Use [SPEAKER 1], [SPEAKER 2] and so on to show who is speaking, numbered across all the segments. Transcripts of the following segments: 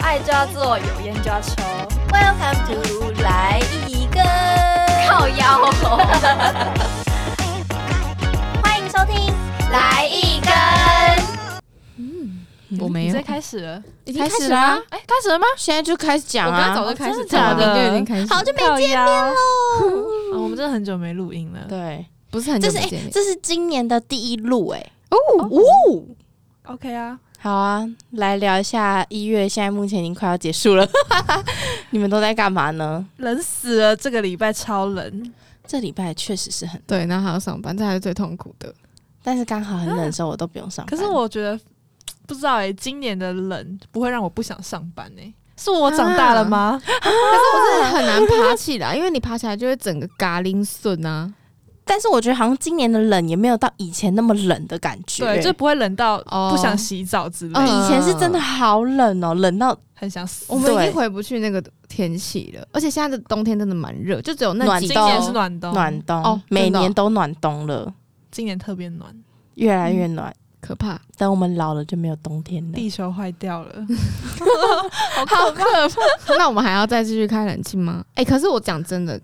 [SPEAKER 1] 爱就要做，有烟就要抽，
[SPEAKER 2] Welcome to 来一根，
[SPEAKER 1] 靠腰、
[SPEAKER 2] 欢迎收听来一根。
[SPEAKER 3] 嗯
[SPEAKER 4] 我没
[SPEAKER 5] 你
[SPEAKER 4] 有
[SPEAKER 5] 在，开始了？
[SPEAKER 4] 已
[SPEAKER 5] 开始啦、
[SPEAKER 4] 啊，
[SPEAKER 5] 哎、开始了吗？
[SPEAKER 4] 现在就开始讲
[SPEAKER 5] 我刚刚
[SPEAKER 4] 啊
[SPEAKER 5] 早，就开始
[SPEAKER 4] 假
[SPEAKER 5] 讲了，
[SPEAKER 4] 的，
[SPEAKER 5] 对
[SPEAKER 4] 开始
[SPEAKER 2] 好久没见面喽，
[SPEAKER 5] 啊我们真的很久没录音了。
[SPEAKER 4] 对，不是很久
[SPEAKER 2] 这是
[SPEAKER 4] 没
[SPEAKER 2] 哎、
[SPEAKER 4] 见面
[SPEAKER 2] 这是今年的第一路哎、
[SPEAKER 4] 哦哦，
[SPEAKER 5] OK 啊，
[SPEAKER 4] 好啊，来聊一下一月，现在目前已经快要结束了，你们都在干嘛呢？
[SPEAKER 5] 冷死了，这个礼拜超冷。
[SPEAKER 4] 这礼拜确实是很，
[SPEAKER 3] 对，然后还要上班，这还是最痛苦 的。
[SPEAKER 4] 但是刚好很冷的时候，我都不用上班。
[SPEAKER 5] 可是我觉得不知道哎、今年的冷不会让我不想上班哎、是我长大了吗？
[SPEAKER 3] 可是我真的很难爬起来，因为你爬起来就会整个嘎铃顺啊。
[SPEAKER 4] 但是我觉得好像今年的冷也没有到以前那么冷的感觉。
[SPEAKER 5] 对，就不会冷到
[SPEAKER 3] 哦
[SPEAKER 5] 不想洗澡之类的，
[SPEAKER 3] 嗯
[SPEAKER 4] 以前是真的好冷哦，冷到
[SPEAKER 5] 很想死。
[SPEAKER 3] 我们已
[SPEAKER 4] 对
[SPEAKER 3] 经回不去那个天气了，而且现在的冬天真的蛮热，就只有那
[SPEAKER 4] 暖
[SPEAKER 3] 几
[SPEAKER 5] 今
[SPEAKER 4] 冬
[SPEAKER 5] 年是暖冬，
[SPEAKER 4] 暖冬，
[SPEAKER 3] 哦
[SPEAKER 4] 每
[SPEAKER 3] 真的哦
[SPEAKER 4] 年都暖冬了，
[SPEAKER 5] 今年特别暖，
[SPEAKER 4] 越来越暖。
[SPEAKER 3] 可怕。
[SPEAKER 4] 等我们老了就没有冬天了。
[SPEAKER 5] 地球坏掉了。
[SPEAKER 3] 好可怕！ 那我们还要再继续开冷气吗？哎、可是我讲真的，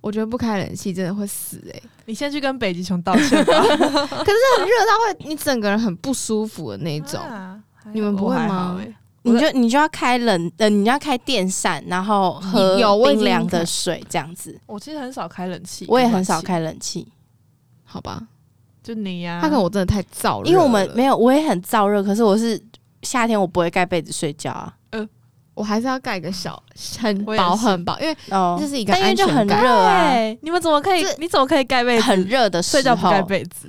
[SPEAKER 3] 我觉得不开冷气真的会死 哎、
[SPEAKER 5] 你先去跟北极熊道歉吧。
[SPEAKER 3] 可是很热到会你整个人很不舒服的 那种。
[SPEAKER 5] 啊还好
[SPEAKER 3] 你们不会吗
[SPEAKER 5] 我还好欸
[SPEAKER 4] 你就你就要开冷，呃，你就要开电扇，然后喝
[SPEAKER 3] 有我已
[SPEAKER 4] 冰
[SPEAKER 3] 经
[SPEAKER 4] 凉的
[SPEAKER 3] 开
[SPEAKER 4] 水这样子。
[SPEAKER 5] 我其实很少开冷气，
[SPEAKER 4] 我也很少
[SPEAKER 5] 暖
[SPEAKER 4] 开冷气，
[SPEAKER 3] 好吧，
[SPEAKER 5] 气，就你呀、
[SPEAKER 3] 他可能啊我真的太燥热了，
[SPEAKER 4] 因为我们没有，我也很燥热，可是我是夏天我不会盖被子睡觉啊。
[SPEAKER 3] 我还是要盖一个小很
[SPEAKER 5] 我也
[SPEAKER 3] 薄
[SPEAKER 5] 是
[SPEAKER 3] 很薄，因为
[SPEAKER 4] 哦
[SPEAKER 3] 这，是一个
[SPEAKER 4] 但因为
[SPEAKER 3] 安
[SPEAKER 4] 就
[SPEAKER 3] 全
[SPEAKER 4] 很
[SPEAKER 3] 感。
[SPEAKER 4] 热啊，
[SPEAKER 5] 对，哎你们怎么可以
[SPEAKER 3] 这？
[SPEAKER 5] 你怎么可以盖被子？
[SPEAKER 4] 很热的时候
[SPEAKER 5] 睡觉不盖，被子，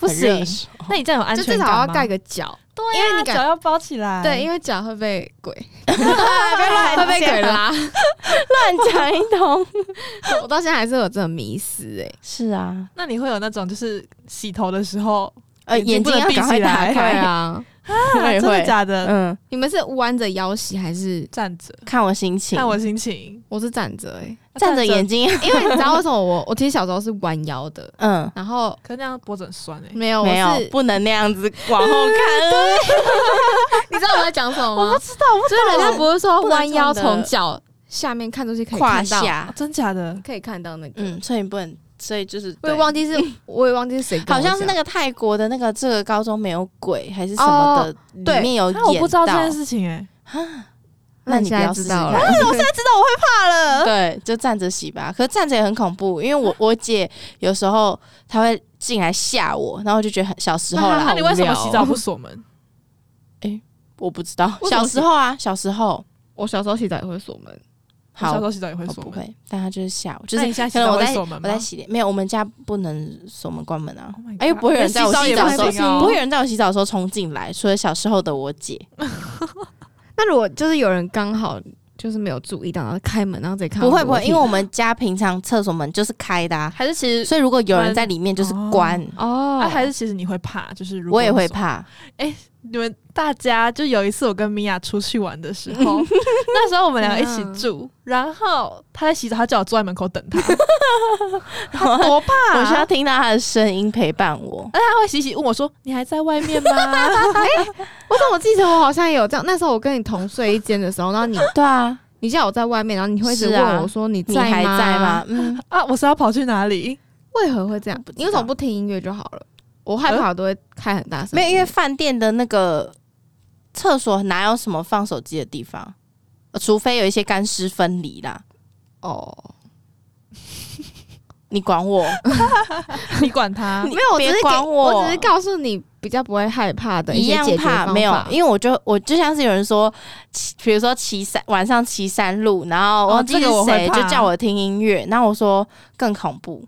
[SPEAKER 5] 不
[SPEAKER 4] 很热的时
[SPEAKER 5] 行。
[SPEAKER 4] 候
[SPEAKER 5] 那你这样有安
[SPEAKER 3] 就
[SPEAKER 5] 全
[SPEAKER 3] 至
[SPEAKER 5] 感
[SPEAKER 3] 少要
[SPEAKER 5] 吗啊
[SPEAKER 3] 盖，个脚，
[SPEAKER 5] 对
[SPEAKER 3] 因为
[SPEAKER 5] 啊
[SPEAKER 3] 你感
[SPEAKER 5] 脚要包起来。
[SPEAKER 3] 对，因
[SPEAKER 5] 为
[SPEAKER 3] 为脚会被鬼，
[SPEAKER 4] 乱
[SPEAKER 3] 会被
[SPEAKER 4] 讲
[SPEAKER 3] 鬼拉。
[SPEAKER 4] 乱讲一通。
[SPEAKER 3] 我到现在还是有这种迷失哎、
[SPEAKER 4] 是啊，
[SPEAKER 5] 那你会有那种就是洗头的时候，
[SPEAKER 4] 呃，眼
[SPEAKER 5] 眼睛
[SPEAKER 4] 睛
[SPEAKER 5] 不能
[SPEAKER 4] 要
[SPEAKER 5] 闭
[SPEAKER 4] 赶快
[SPEAKER 5] 起
[SPEAKER 4] 打
[SPEAKER 5] 来
[SPEAKER 4] 开
[SPEAKER 3] 对。 啊，
[SPEAKER 4] 我也
[SPEAKER 5] 真的
[SPEAKER 4] 会
[SPEAKER 5] 假的？
[SPEAKER 4] 嗯，
[SPEAKER 3] 你们是弯着腰洗还是？
[SPEAKER 5] 站着
[SPEAKER 4] 看我心情，
[SPEAKER 5] 看我心情，啊
[SPEAKER 3] 我是站着哎、
[SPEAKER 4] 啊站着眼
[SPEAKER 5] 睛，
[SPEAKER 4] 睛，
[SPEAKER 3] 因为你知道为什么我我其实小时候是弯腰的，
[SPEAKER 4] 嗯，
[SPEAKER 3] 然后
[SPEAKER 5] 可是那样脖子很酸哎。
[SPEAKER 3] 没有
[SPEAKER 4] 没有
[SPEAKER 3] 哦我是，
[SPEAKER 4] 不能那样子嗯往 后看。
[SPEAKER 3] 你知道我在讲什么吗？我不知道，就是人家不是说弯腰从脚下面看出去可以
[SPEAKER 4] 胯
[SPEAKER 3] 看到，
[SPEAKER 4] 下
[SPEAKER 5] 哦，真假的？
[SPEAKER 3] 可以看到那个，
[SPEAKER 4] 嗯，所以你不能，所以就是
[SPEAKER 3] 我
[SPEAKER 4] 对
[SPEAKER 3] 也忘记是，我也忘记是谁跟
[SPEAKER 4] 好
[SPEAKER 3] 我讲，
[SPEAKER 4] 像是那个泰国的那个这个高中没有鬼还是什么的，
[SPEAKER 3] 对
[SPEAKER 4] 里面有
[SPEAKER 5] 哦啊那我不
[SPEAKER 4] 演
[SPEAKER 5] 知道这
[SPEAKER 4] 到
[SPEAKER 5] 件。事情哎，
[SPEAKER 4] 那你不
[SPEAKER 3] 现在
[SPEAKER 4] 要试试
[SPEAKER 3] 知道
[SPEAKER 4] 看
[SPEAKER 3] 了，
[SPEAKER 4] 对，就站着洗吧。可是站着也很恐怖，因为
[SPEAKER 5] 啊
[SPEAKER 4] 我我姐有时候她会进来吓我，然后我就觉得很小时候
[SPEAKER 3] 那她
[SPEAKER 4] 啦
[SPEAKER 5] 啊那
[SPEAKER 3] 好，
[SPEAKER 5] 你为什么
[SPEAKER 3] 无聊哦
[SPEAKER 5] 洗澡不锁门？
[SPEAKER 4] 我不知道
[SPEAKER 3] 为什么
[SPEAKER 4] 小时候啊，小时候
[SPEAKER 3] 我小时候洗澡也会锁门，
[SPEAKER 5] 我小
[SPEAKER 4] 好
[SPEAKER 5] 时候洗澡也会
[SPEAKER 4] 我
[SPEAKER 5] 锁
[SPEAKER 4] 不
[SPEAKER 5] 门，
[SPEAKER 4] 会，但她就是吓我，就
[SPEAKER 5] 那
[SPEAKER 4] 是
[SPEAKER 5] 你现在洗
[SPEAKER 4] 可能
[SPEAKER 5] 澡
[SPEAKER 4] 我
[SPEAKER 5] 会
[SPEAKER 4] 在
[SPEAKER 5] 锁
[SPEAKER 4] 我
[SPEAKER 5] 门吗
[SPEAKER 4] 在？洗脸，没有，我们家不能锁门关门啊
[SPEAKER 5] Oh my。
[SPEAKER 4] 哎，又
[SPEAKER 5] God
[SPEAKER 4] 不会有人在我
[SPEAKER 5] 连洗
[SPEAKER 4] 洗
[SPEAKER 5] 澡
[SPEAKER 4] 澡的
[SPEAKER 5] 也
[SPEAKER 4] 时候
[SPEAKER 5] 不行哦，
[SPEAKER 4] 不会有人在我洗澡的时候冲进来，除了小时候的我姐，
[SPEAKER 3] 那如果就是有人刚好就是没有注意到，然后开门，然后直接看到
[SPEAKER 4] 不会
[SPEAKER 3] 裸
[SPEAKER 4] 不会，
[SPEAKER 3] 体
[SPEAKER 4] 因为我们家平常厕所门就是开的啊，
[SPEAKER 5] 还是其实
[SPEAKER 4] 所以如果有人在里面就是关，
[SPEAKER 3] 哦，
[SPEAKER 5] 啊，还是其实你会怕，就是如果
[SPEAKER 4] 我也会
[SPEAKER 5] 锁
[SPEAKER 4] 怕。
[SPEAKER 5] 你们大家就有一次我跟米娅出去玩的时 候，那时候我们两个一起住，然后她在洗澡，她叫我坐在门口等 她，她多怕、
[SPEAKER 4] 我需要
[SPEAKER 5] 啊！
[SPEAKER 4] 听到他的声音陪伴我。
[SPEAKER 5] 但她会洗洗问我说：“你还在外 面吗
[SPEAKER 3] 我怎么记得我好像也有这样？那时候我跟你同睡一间的时候，然后你
[SPEAKER 4] 对啊，
[SPEAKER 3] 你叫我在外面，然后你会一直
[SPEAKER 4] 是
[SPEAKER 3] 问
[SPEAKER 4] 啊
[SPEAKER 3] 我说你
[SPEAKER 4] 你
[SPEAKER 3] 在
[SPEAKER 4] 还
[SPEAKER 3] 吗？
[SPEAKER 4] 在吗？嗯，？”
[SPEAKER 5] 啊，我是要跑去哪 里？
[SPEAKER 3] 为何会这样
[SPEAKER 4] 不？知道
[SPEAKER 3] 你为什么不听音乐就好了？我害怕我都会开很大声，
[SPEAKER 4] 没有，因为饭店的那个厕所哪有什么放手机的地方，呃除非有一些干湿分离啦。
[SPEAKER 3] 哦，
[SPEAKER 4] 你管我？
[SPEAKER 5] 你管她
[SPEAKER 4] 你
[SPEAKER 3] 没有，我只是
[SPEAKER 4] 别
[SPEAKER 3] 给
[SPEAKER 4] 管啊我
[SPEAKER 3] 我只是告诉你比较不会害怕的
[SPEAKER 4] 一
[SPEAKER 3] 些
[SPEAKER 4] 样
[SPEAKER 3] 解决
[SPEAKER 4] 怕
[SPEAKER 3] 方
[SPEAKER 4] 没有
[SPEAKER 3] 法，
[SPEAKER 4] 因为我就我就像是有人说，骑比如说骑山晚上骑山路，然后
[SPEAKER 3] 哦
[SPEAKER 4] 忘记
[SPEAKER 5] 这
[SPEAKER 4] 是
[SPEAKER 5] 个我会
[SPEAKER 4] 谁、
[SPEAKER 5] 怕
[SPEAKER 4] 就叫我听音乐，然后我说更恐怖，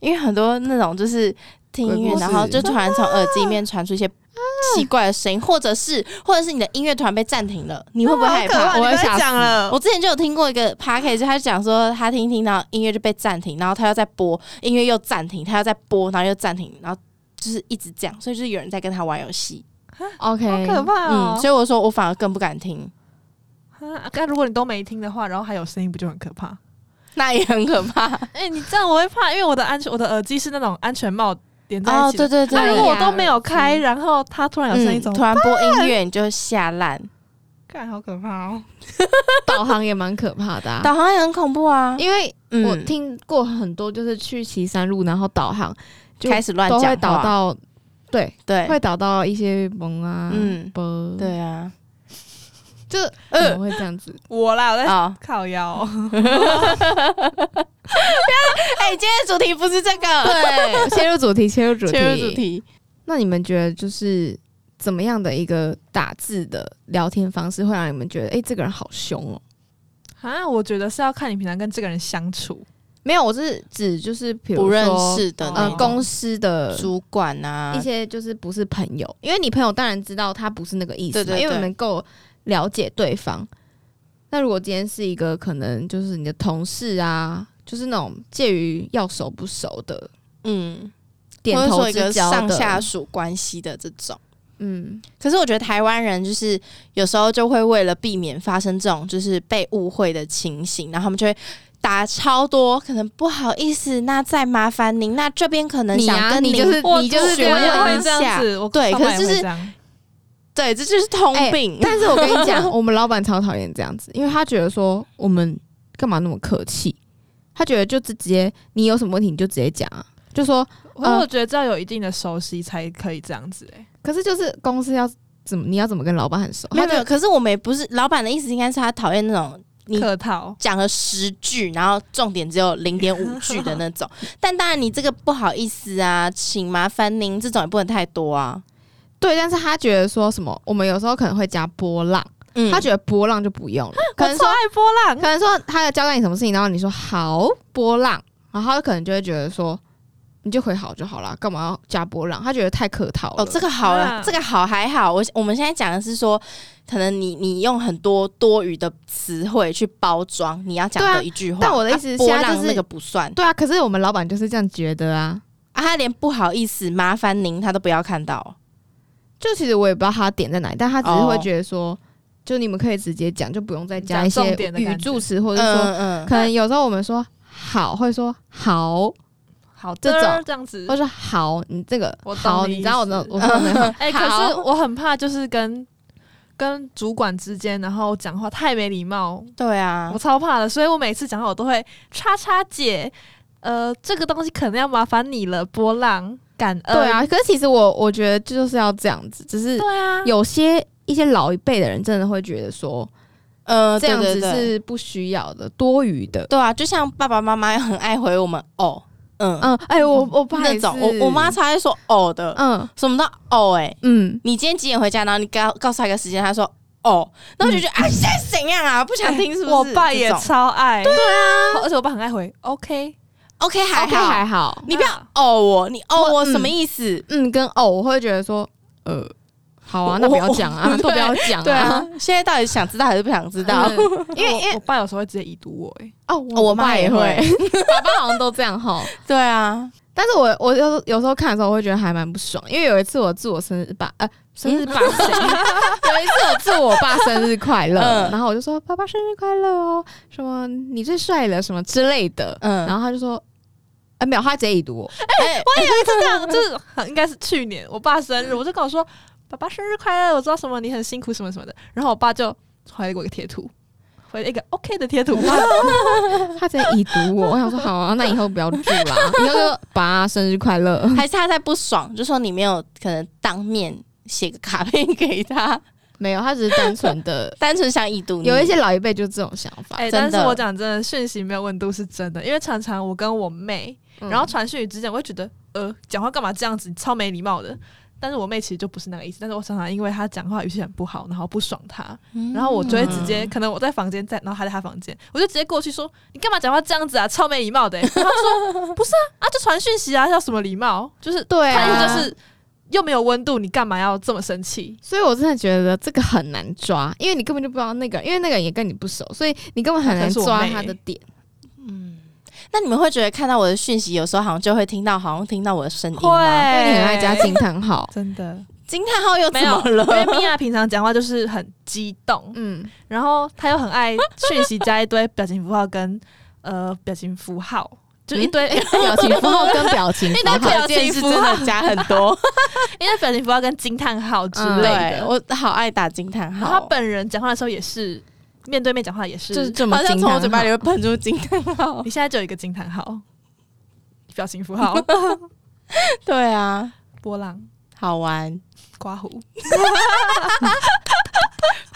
[SPEAKER 4] 因为很多那种就是听音
[SPEAKER 3] 鬼
[SPEAKER 4] 乐，
[SPEAKER 3] 故事
[SPEAKER 4] 然后就突然从耳机里面传 出一些奇怪的声音，或者是或者是你的音乐突然被暂停了，你会不会害怕？
[SPEAKER 3] 我
[SPEAKER 5] 我
[SPEAKER 3] 会吓
[SPEAKER 5] 要
[SPEAKER 3] 死
[SPEAKER 5] 讲了，
[SPEAKER 4] 我之前就有听过一个 p a c a s e 他就讲说他听一听，然后音乐就被暂停，然后他又在播，音乐又暂停，他又在播，然后又暂停，然后就是一直这样，所以就是有人在跟他玩游戏。
[SPEAKER 5] 好
[SPEAKER 3] OK，
[SPEAKER 5] 可怕
[SPEAKER 4] 嗯，
[SPEAKER 5] 哦！
[SPEAKER 4] 所以我说我反而更不敢听，
[SPEAKER 5] 啊那、如果你都没听的话，然后还有声音，不就很可 怕？
[SPEAKER 4] 那也很可怕。
[SPEAKER 5] 哎、你这样我会怕，因为我的安全，我的耳机是那种安全帽连在 一
[SPEAKER 4] 哦，
[SPEAKER 5] 起
[SPEAKER 4] 对
[SPEAKER 5] 的。
[SPEAKER 4] 对
[SPEAKER 5] 那、
[SPEAKER 4] 对，
[SPEAKER 5] 如果我都没有开，
[SPEAKER 3] 对
[SPEAKER 5] 然后她突然有声
[SPEAKER 4] 嗯，
[SPEAKER 5] 音，怎么
[SPEAKER 4] 突然播音乐你就吓烂，
[SPEAKER 5] 看好可怕哦！
[SPEAKER 3] 导航也蛮可怕的、啊，
[SPEAKER 4] 导航也很恐怖啊，
[SPEAKER 3] 因为
[SPEAKER 4] 嗯
[SPEAKER 3] 我听过很多就是去岐山路，然后导航就
[SPEAKER 4] 开始乱
[SPEAKER 3] 都
[SPEAKER 4] 讲
[SPEAKER 3] 会
[SPEAKER 4] 话
[SPEAKER 3] 导到，对，
[SPEAKER 4] 对
[SPEAKER 3] 会导到一些蒙啊，
[SPEAKER 4] 嗯
[SPEAKER 3] 嗯，波，，
[SPEAKER 4] 对啊，
[SPEAKER 3] 就怎么
[SPEAKER 4] 呃
[SPEAKER 3] 会这样子？
[SPEAKER 5] 我啦，我
[SPEAKER 3] 哎
[SPEAKER 5] 在
[SPEAKER 4] 哦，
[SPEAKER 5] 靠腰哦、
[SPEAKER 4] 哎，今天的主题不是这个，
[SPEAKER 3] 对，切入主题，切入主题，
[SPEAKER 4] 切入主。题，
[SPEAKER 3] 那你们觉得就是怎么样的一个打字的聊天方式会让你们觉得，哎、这个人好凶哦？
[SPEAKER 5] 啊，我觉得是要看你平常跟这个人相处，
[SPEAKER 3] 没有，我是指就是比如
[SPEAKER 4] 不认
[SPEAKER 3] 说，
[SPEAKER 4] 识的那
[SPEAKER 3] 呃，
[SPEAKER 4] 种
[SPEAKER 3] 公司的
[SPEAKER 4] 主管啊
[SPEAKER 3] 一，些就是不是朋友，因为你朋友当然知道他不是那个意思嘛，
[SPEAKER 4] 对对
[SPEAKER 3] 因为
[SPEAKER 4] 对
[SPEAKER 3] 你们够了解对方。那如果今天是一个可能就是你的同事啊，就是那种介于要熟不熟的
[SPEAKER 4] 嗯，
[SPEAKER 3] 点
[SPEAKER 4] 或者
[SPEAKER 3] 头
[SPEAKER 4] 说一
[SPEAKER 3] 之
[SPEAKER 4] 个
[SPEAKER 3] 交
[SPEAKER 4] 上
[SPEAKER 3] 的，
[SPEAKER 4] 下属关系的这种。
[SPEAKER 3] 嗯，
[SPEAKER 4] 可是我觉得台湾人就是有时候就会为了避免发生这种就是被误会的情形，然后他们就会打超多，可能不好意思，那再麻烦您，那这边可能
[SPEAKER 3] 你
[SPEAKER 4] 想
[SPEAKER 3] 啊，
[SPEAKER 4] 跟
[SPEAKER 3] 你
[SPEAKER 4] 您、
[SPEAKER 3] 就是
[SPEAKER 5] 我
[SPEAKER 3] 你就是
[SPEAKER 5] 我
[SPEAKER 3] 这
[SPEAKER 5] 也
[SPEAKER 3] 样
[SPEAKER 5] 会
[SPEAKER 4] 一
[SPEAKER 5] 这样
[SPEAKER 4] 下
[SPEAKER 5] 子，我
[SPEAKER 4] 对
[SPEAKER 5] 上班
[SPEAKER 4] 可是
[SPEAKER 5] 也
[SPEAKER 4] 就
[SPEAKER 5] 会
[SPEAKER 4] 是
[SPEAKER 5] 这样
[SPEAKER 4] 对，这就是通
[SPEAKER 3] 哎
[SPEAKER 4] 病。
[SPEAKER 3] 但是我跟你讲，我们老板超讨厌这样子，因为他觉得说我们干嘛那么客气？他觉得就直接你有什么问题你就直接讲啊，就说
[SPEAKER 5] 可
[SPEAKER 4] 嗯
[SPEAKER 5] 是我觉得这要有一定的熟悉才可以这样子、欸。
[SPEAKER 3] 可是就是公司要怎么你要怎么跟老板很熟？
[SPEAKER 4] 没有
[SPEAKER 3] 他
[SPEAKER 4] 没有，
[SPEAKER 3] 就
[SPEAKER 4] 可是我们也不是老板的意思，应该是他讨厌那种你
[SPEAKER 5] 客套，
[SPEAKER 4] 讲了十句，然后重点只有零点五句的那种。但当然，你这个不好意思啊，请麻烦您这种也不能太多啊。
[SPEAKER 3] 对，但是他觉得说什么我们有时候可能会加波浪，
[SPEAKER 4] 嗯，
[SPEAKER 3] 他觉得波浪就不用了，可
[SPEAKER 5] 我
[SPEAKER 3] 能
[SPEAKER 5] 超
[SPEAKER 3] 说
[SPEAKER 5] 爱波浪
[SPEAKER 3] 可，能说他要交代你什么事情，然后你说好波浪，然后他可能就会觉得说你就回好就好啦，干嘛要加波浪？他觉得太客套了。
[SPEAKER 4] 哦，这个好了，
[SPEAKER 5] 啊
[SPEAKER 4] 这个好还好。我我们现在讲的是说，可能你你用很多多余的词汇去包装你要讲
[SPEAKER 3] 对啊
[SPEAKER 4] 的一句话。
[SPEAKER 3] 但我的意思
[SPEAKER 4] 啊
[SPEAKER 3] 是
[SPEAKER 4] 波
[SPEAKER 3] 现在
[SPEAKER 4] 浪
[SPEAKER 3] 就是
[SPEAKER 4] 那个不算
[SPEAKER 3] 对啊，可是我们老板就是这样觉得啊。
[SPEAKER 4] 啊，他连不好意思、麻烦您他都不要看到。
[SPEAKER 3] 就其实我也不知道他点在哪里，但他只是
[SPEAKER 4] 哦
[SPEAKER 3] 会觉得说，就你们可以直接讲，就不用再加
[SPEAKER 5] 讲
[SPEAKER 3] 一些
[SPEAKER 5] 重点的
[SPEAKER 3] 语
[SPEAKER 5] 感觉
[SPEAKER 3] 助词，或者说、
[SPEAKER 4] 嗯
[SPEAKER 3] 可能有时候我们说好会说好，
[SPEAKER 5] 好的，
[SPEAKER 3] 这种
[SPEAKER 5] 呃这样子
[SPEAKER 3] 或。者说好，你这个
[SPEAKER 5] 我懂
[SPEAKER 3] 好，
[SPEAKER 5] 你
[SPEAKER 3] 你知道我
[SPEAKER 5] 意
[SPEAKER 3] 的
[SPEAKER 5] 思
[SPEAKER 3] 我 说的那个
[SPEAKER 5] 哎、可是我很怕，就是跟跟主管之间，然后讲话太没礼貌，
[SPEAKER 4] 对啊
[SPEAKER 5] 我，超怕的。所以我每次讲话，我都会叉叉姐，呃，这个东西可能要麻烦你了，波浪，感
[SPEAKER 4] 呃
[SPEAKER 5] 恩。
[SPEAKER 3] 对，啊。可是其实我我觉得就是要这样子，只是
[SPEAKER 5] 对啊，
[SPEAKER 3] 有些一些老一辈的人真的会觉得说
[SPEAKER 4] 呃，
[SPEAKER 3] 这样
[SPEAKER 4] 对
[SPEAKER 3] 子
[SPEAKER 4] 对对
[SPEAKER 3] 是不需要的，多余的。
[SPEAKER 4] 对啊，就像爸爸妈妈很爱回我们哦，嗯
[SPEAKER 3] 嗯，哎、我我爸也
[SPEAKER 4] 那种，
[SPEAKER 3] 是
[SPEAKER 4] 我我妈，超爱说哦的，
[SPEAKER 3] 嗯
[SPEAKER 4] 什么都哦哎、欸
[SPEAKER 3] 嗯，
[SPEAKER 4] 你今天几点回家？然后你告告诉他一个时间，他说哦，那我就觉
[SPEAKER 3] 嗯
[SPEAKER 4] 得、啊，现在怎样啊？不想听是不是？
[SPEAKER 5] 我爸也
[SPEAKER 4] 这种
[SPEAKER 5] 超爱，对啊，而且我爸很爱回，OK，
[SPEAKER 4] OK 还
[SPEAKER 3] OK，
[SPEAKER 4] 好
[SPEAKER 3] 还好，
[SPEAKER 4] 你不要哦我，你哦我
[SPEAKER 3] 嗯
[SPEAKER 4] 什么意思？
[SPEAKER 3] 嗯跟哦，我会觉得说呃，好啊，那
[SPEAKER 4] 我
[SPEAKER 3] 不要讲 啊，都不要讲
[SPEAKER 4] 对啊，嗯现在到底想知道还是不想知道？
[SPEAKER 5] 因为因为我爸有时候会直接已读我、哎，
[SPEAKER 3] 哦，
[SPEAKER 4] 哦我爸也会，
[SPEAKER 3] 爸爸好像都这样哈。
[SPEAKER 4] 对啊，
[SPEAKER 3] 但是我我有有时候看的时候，我会觉得还蛮不爽，因为有一次我祝我生日爸呃生日爸是谁？有一次我祝我爸生日快乐，
[SPEAKER 4] 嗯
[SPEAKER 3] 然后我就说爸爸生日快乐哦，什么你最帅了什么之类的，
[SPEAKER 4] 嗯
[SPEAKER 3] 然后他就说。哎，没有，他直接已读 我。
[SPEAKER 4] 哎，我也
[SPEAKER 5] 这样就是很应该是去年我爸生日，我就跟我说爸爸生日快乐，我知道什么你很辛苦什么什么的，然后我爸就回了我一个贴图，回了一个 OK 的贴图，
[SPEAKER 3] 他直接已读我。我想说，好啊，那以后不要祝啦，以后就爸生日快乐。
[SPEAKER 4] 还是他在不爽，就说你没有可能当面写个卡片给他，
[SPEAKER 3] 没有，他只是单纯的，
[SPEAKER 4] 单纯想已读你。
[SPEAKER 3] 有一些老一辈就这种想法。
[SPEAKER 5] 哎、
[SPEAKER 4] 真
[SPEAKER 5] 但
[SPEAKER 4] 的
[SPEAKER 5] 是我讲真的，讯息没有温度是真的，因为常常我跟我妹，
[SPEAKER 3] 嗯
[SPEAKER 5] 然后传讯息之前，我会觉得，呃，讲话干嘛这样子，超没礼貌的。但是我妹其实就不是那个意思，但是我常常因为她讲话语气很不好，然后不爽她，
[SPEAKER 4] 嗯，
[SPEAKER 5] 然后我就会直接，可能我在房间在，然后她在她房间，我就直接过去说，你干嘛讲话这样子啊，超没礼貌的、欸。然后她说，不是啊，啊就传讯息啊，要什么礼貌？就是
[SPEAKER 3] 对
[SPEAKER 5] 她意
[SPEAKER 3] 啊，
[SPEAKER 5] 思就是又没有温度，你干嘛要这么生气？，
[SPEAKER 3] 所以我真的觉得这个很难抓，因为你根本就不知道那个人，因为那个人也跟你不熟，所以你根本很难抓他的点。
[SPEAKER 4] 那你们会觉得看到我的讯息，有时候好像就会听到，好像听到我的声音吗？
[SPEAKER 3] 因为你很爱加惊叹号
[SPEAKER 5] 真的
[SPEAKER 4] 惊叹号又怎
[SPEAKER 5] 没有
[SPEAKER 4] 么，了
[SPEAKER 5] 因？为米娅平常讲话就是很激动，
[SPEAKER 3] 嗯，
[SPEAKER 5] 然后他又很爱讯息加一堆表情符号跟呃表情符号，就一堆、
[SPEAKER 3] 表情符号跟 表情符
[SPEAKER 5] 一堆
[SPEAKER 3] 号，
[SPEAKER 5] 表
[SPEAKER 4] 条件
[SPEAKER 5] 情
[SPEAKER 4] 是
[SPEAKER 5] 符
[SPEAKER 4] 真
[SPEAKER 5] 号
[SPEAKER 4] 的加很多，
[SPEAKER 5] 一堆表情符号跟惊叹号之类
[SPEAKER 4] 嗯对
[SPEAKER 5] 的。
[SPEAKER 4] 我好爱打惊叹
[SPEAKER 5] 然后他
[SPEAKER 4] 号，
[SPEAKER 5] 本人讲话的时候也是面对面讲话也是，
[SPEAKER 3] 就是这么
[SPEAKER 4] 好像
[SPEAKER 3] 惊
[SPEAKER 4] 从我
[SPEAKER 3] 叹
[SPEAKER 4] 嘴巴里
[SPEAKER 3] 号
[SPEAKER 4] 会喷出惊叹号。
[SPEAKER 5] 你现在就有一个惊叹号，表情符 号，
[SPEAKER 4] 对啊，
[SPEAKER 5] 波浪、
[SPEAKER 4] 好玩，
[SPEAKER 5] 刮胡，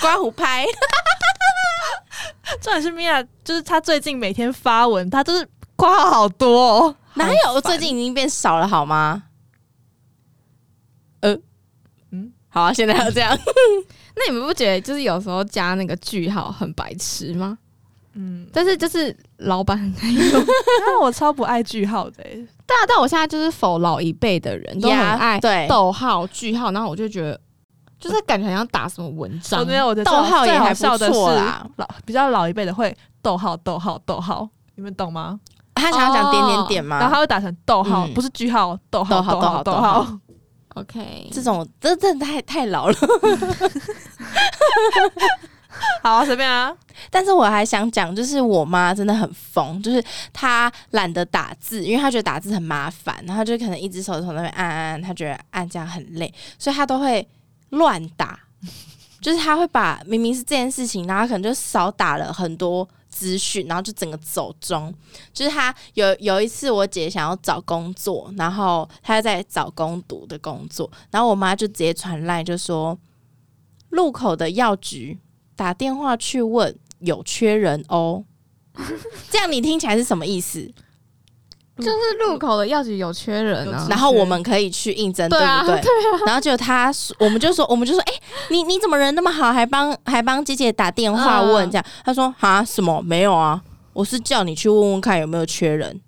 [SPEAKER 4] 刮胡拍，
[SPEAKER 5] 重点是米娅，就是她最近每天发文，她就是刮号好多、哦，
[SPEAKER 4] 哪有？最近已经变少了好吗？呃，嗯
[SPEAKER 5] 嗯，
[SPEAKER 4] 好啊，现在要这 样。
[SPEAKER 3] 那你们不觉得就是有时候加那个句号很白痴吗？
[SPEAKER 5] 嗯，
[SPEAKER 3] 但是就是老板很爱
[SPEAKER 5] 但我超不爱句号的、欸，
[SPEAKER 3] 对啊，但我现在就是否老一辈的人都很
[SPEAKER 4] 呀
[SPEAKER 3] 爱
[SPEAKER 4] 对
[SPEAKER 3] 逗号、句号，然后我就觉得就是感觉好像打什么文章
[SPEAKER 5] 我。没有，我的
[SPEAKER 4] 逗号也还不
[SPEAKER 5] 笑的是
[SPEAKER 4] 错啦。
[SPEAKER 5] 老比较老一辈的会逗号逗号逗号，你们懂吗？
[SPEAKER 4] 他想要讲点点点吗？
[SPEAKER 5] 然后他会打成逗号，
[SPEAKER 4] 嗯
[SPEAKER 5] 不是句号，逗号
[SPEAKER 4] 逗号
[SPEAKER 5] 逗号
[SPEAKER 4] 逗
[SPEAKER 5] 逗
[SPEAKER 4] 号
[SPEAKER 5] 号。
[SPEAKER 3] OK，
[SPEAKER 4] 这种这真的太太老了。
[SPEAKER 5] 好啊，随便啊，
[SPEAKER 4] 但是我还想讲，就是我妈真的很疯，就是她懒得打字，因为她觉得打字很麻烦，然后她就可能一只手从那边按按按，她觉得按这样很累，所以她都会乱打， 就是她会把明明是这件事情，然后她可能就少打了很多。资讯，然后就整个走中。就是她有有一次，我姐想要找工作，然后她在找工读的工作，然后我妈就直接传来就说，路口的药局打电话去问有缺人 哦。这样你听起来是什么意思？
[SPEAKER 3] 就是路口的药局有缺人啊
[SPEAKER 5] 有，
[SPEAKER 4] 然后我们可以去应征，对
[SPEAKER 3] 对啊
[SPEAKER 4] 不对？然后就他说，我们就说，我们就说，哎、你你怎么人那么好，还帮还帮姐姐打电话
[SPEAKER 3] 嗯
[SPEAKER 4] 问这样？他说啊，什么没有啊，我是叫你去问问看有没有缺人。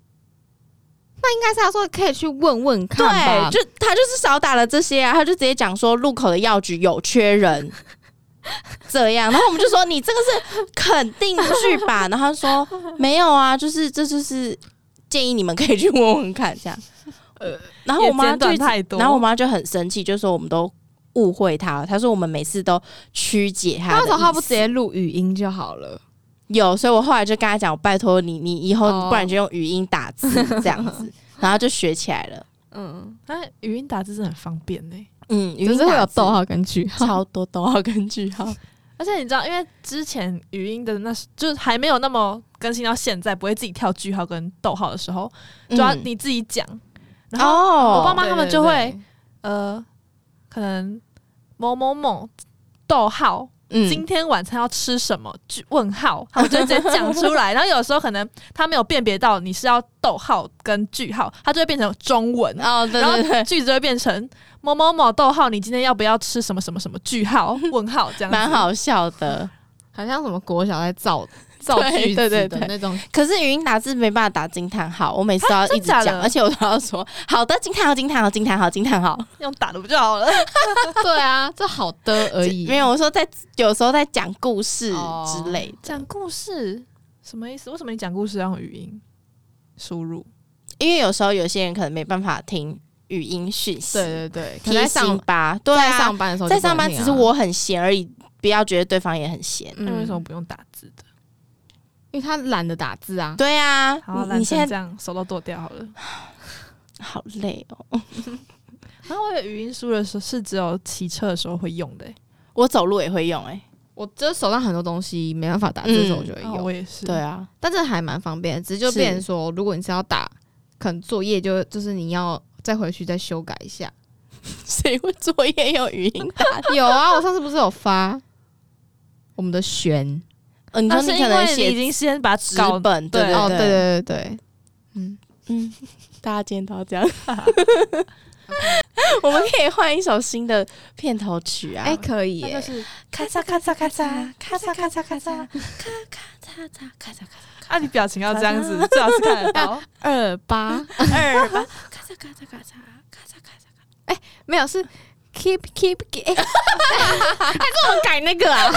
[SPEAKER 3] 那应该是他说可以去问问看吧。
[SPEAKER 4] 对，就他就是少打了这些啊，他就直接讲说路口的药局有缺 人，这样，然后我们就说你这个是肯定句吧， 然后他说没有啊，就是这就是建议你们可以去问问看这样，呃，然后我妈
[SPEAKER 5] 也简
[SPEAKER 4] 就
[SPEAKER 5] 短
[SPEAKER 4] 一直
[SPEAKER 5] 太多
[SPEAKER 4] 然后我妈就很生气，就说我们都误会她了，她说我们每次都曲解她的
[SPEAKER 3] 那
[SPEAKER 4] 意
[SPEAKER 3] 为
[SPEAKER 4] 思，
[SPEAKER 3] 什么他不直接录语音就好了？
[SPEAKER 4] 有，所以我后来就跟她讲，我拜托你，你以后
[SPEAKER 3] 哦
[SPEAKER 4] 不然就用语音打字这样 子，然后就学起来了，
[SPEAKER 3] 嗯，
[SPEAKER 5] 那哎语音打字真的很方便呢、
[SPEAKER 4] 嗯，语
[SPEAKER 3] 只
[SPEAKER 4] 音
[SPEAKER 3] 是会
[SPEAKER 4] 打
[SPEAKER 3] 有
[SPEAKER 4] 字
[SPEAKER 3] 逗号跟句 号。
[SPEAKER 4] 超多逗号跟句号。
[SPEAKER 5] 而且你知道，因为之前语音的那时，就是还没有那么更新到现在，不会自己跳句号跟逗号的时候，就要
[SPEAKER 4] 嗯
[SPEAKER 5] 你自己讲。然后
[SPEAKER 4] 哦，
[SPEAKER 5] 我爸妈他们就会
[SPEAKER 3] 对对对
[SPEAKER 5] 呃，可能某某某逗号，今
[SPEAKER 4] 嗯，
[SPEAKER 5] 天晚餐要吃什么？句问号，他们就会直接讲出 来。然后有时候可能他没有辨别到你是要逗号跟句号，它就会变成中文。
[SPEAKER 4] 哦，对
[SPEAKER 5] 然后
[SPEAKER 4] 对对，
[SPEAKER 5] 句子就会变成某某某逗号，你今天要不要吃什么什么什么句 号问号这样子
[SPEAKER 4] 蛮。好笑的。
[SPEAKER 3] 好像什么国小在造造句
[SPEAKER 4] 对
[SPEAKER 3] 子
[SPEAKER 4] 对
[SPEAKER 3] 的
[SPEAKER 4] 对
[SPEAKER 3] 那种，
[SPEAKER 4] 可是语音打字没办法打惊叹号，我每次都要一直
[SPEAKER 5] 真假
[SPEAKER 4] 讲，
[SPEAKER 5] 的
[SPEAKER 4] 而且我都要说好的惊叹号惊叹号惊叹号惊叹号。
[SPEAKER 5] 用打的不就好了？
[SPEAKER 3] 对啊，这好的而已，
[SPEAKER 4] 没有，我说在有时候在讲故事
[SPEAKER 3] 哦
[SPEAKER 4] 之类的，
[SPEAKER 5] 讲故事什么意思？为什么你讲故事要用语音输入？
[SPEAKER 4] 因为有时候有些人可能没办法听语音讯息，
[SPEAKER 3] 对对对，可能
[SPEAKER 4] 贴
[SPEAKER 3] 在上
[SPEAKER 4] 心吧，对
[SPEAKER 3] 在
[SPEAKER 4] 啊
[SPEAKER 3] 上，班的时候就
[SPEAKER 4] 在
[SPEAKER 3] 不能
[SPEAKER 4] 上班
[SPEAKER 3] 听
[SPEAKER 4] 只
[SPEAKER 3] 啊
[SPEAKER 4] 是，我很闲而已，不要觉得对方也很闲。
[SPEAKER 3] 嗯
[SPEAKER 5] 那为什么不用打字的？
[SPEAKER 3] 因为他懒得打字啊。
[SPEAKER 4] 对啊，
[SPEAKER 5] 好，
[SPEAKER 4] 你
[SPEAKER 5] 懒
[SPEAKER 4] 你
[SPEAKER 5] 成
[SPEAKER 4] 现
[SPEAKER 5] 这
[SPEAKER 4] 在
[SPEAKER 5] 样手都剁掉好了。
[SPEAKER 4] 好累哦。
[SPEAKER 5] 然后啊我有语音输入的时候是只有骑车的时候会用的、欸，
[SPEAKER 4] 我走路也会用哎，
[SPEAKER 3] 我就是手上很多东西没办法打字的时嗯候，我就会
[SPEAKER 5] 哦
[SPEAKER 3] 用，
[SPEAKER 5] 我也是。
[SPEAKER 4] 对啊，
[SPEAKER 3] 但这还蛮方便的。只是就是变成说，如果你是要打，可能作业就就是你要再回去再修改一 下。
[SPEAKER 4] 谁会作业用语音
[SPEAKER 3] 有啊，我上次不是有发我们的璇
[SPEAKER 4] 哦，你说
[SPEAKER 5] 那是
[SPEAKER 4] 你
[SPEAKER 5] 因
[SPEAKER 4] 可能
[SPEAKER 5] 为你
[SPEAKER 4] 写
[SPEAKER 5] 已经先把
[SPEAKER 4] 纸
[SPEAKER 5] 稿
[SPEAKER 4] 本，对
[SPEAKER 5] 对
[SPEAKER 3] 哦，
[SPEAKER 4] 对
[SPEAKER 3] 对对对对，嗯，
[SPEAKER 4] 嗯，大家今天都要这样。我们可以换一首新的片头曲啊！
[SPEAKER 3] 哎、可以、耶
[SPEAKER 5] 是
[SPEAKER 4] 咔嚓咔嚓咔嚓，咔嚓咔嚓咔嚓，咔咔嚓嚓咔嚓咔
[SPEAKER 5] 啊，你表情要这样子，最好是看 得到。
[SPEAKER 3] 二八，
[SPEAKER 4] 嚓，二吧，咔嚓咔嚓咔嚓，咔嚓咔嚓。
[SPEAKER 3] 没有是 keep keep keep，、哎还是我们改那个 啊？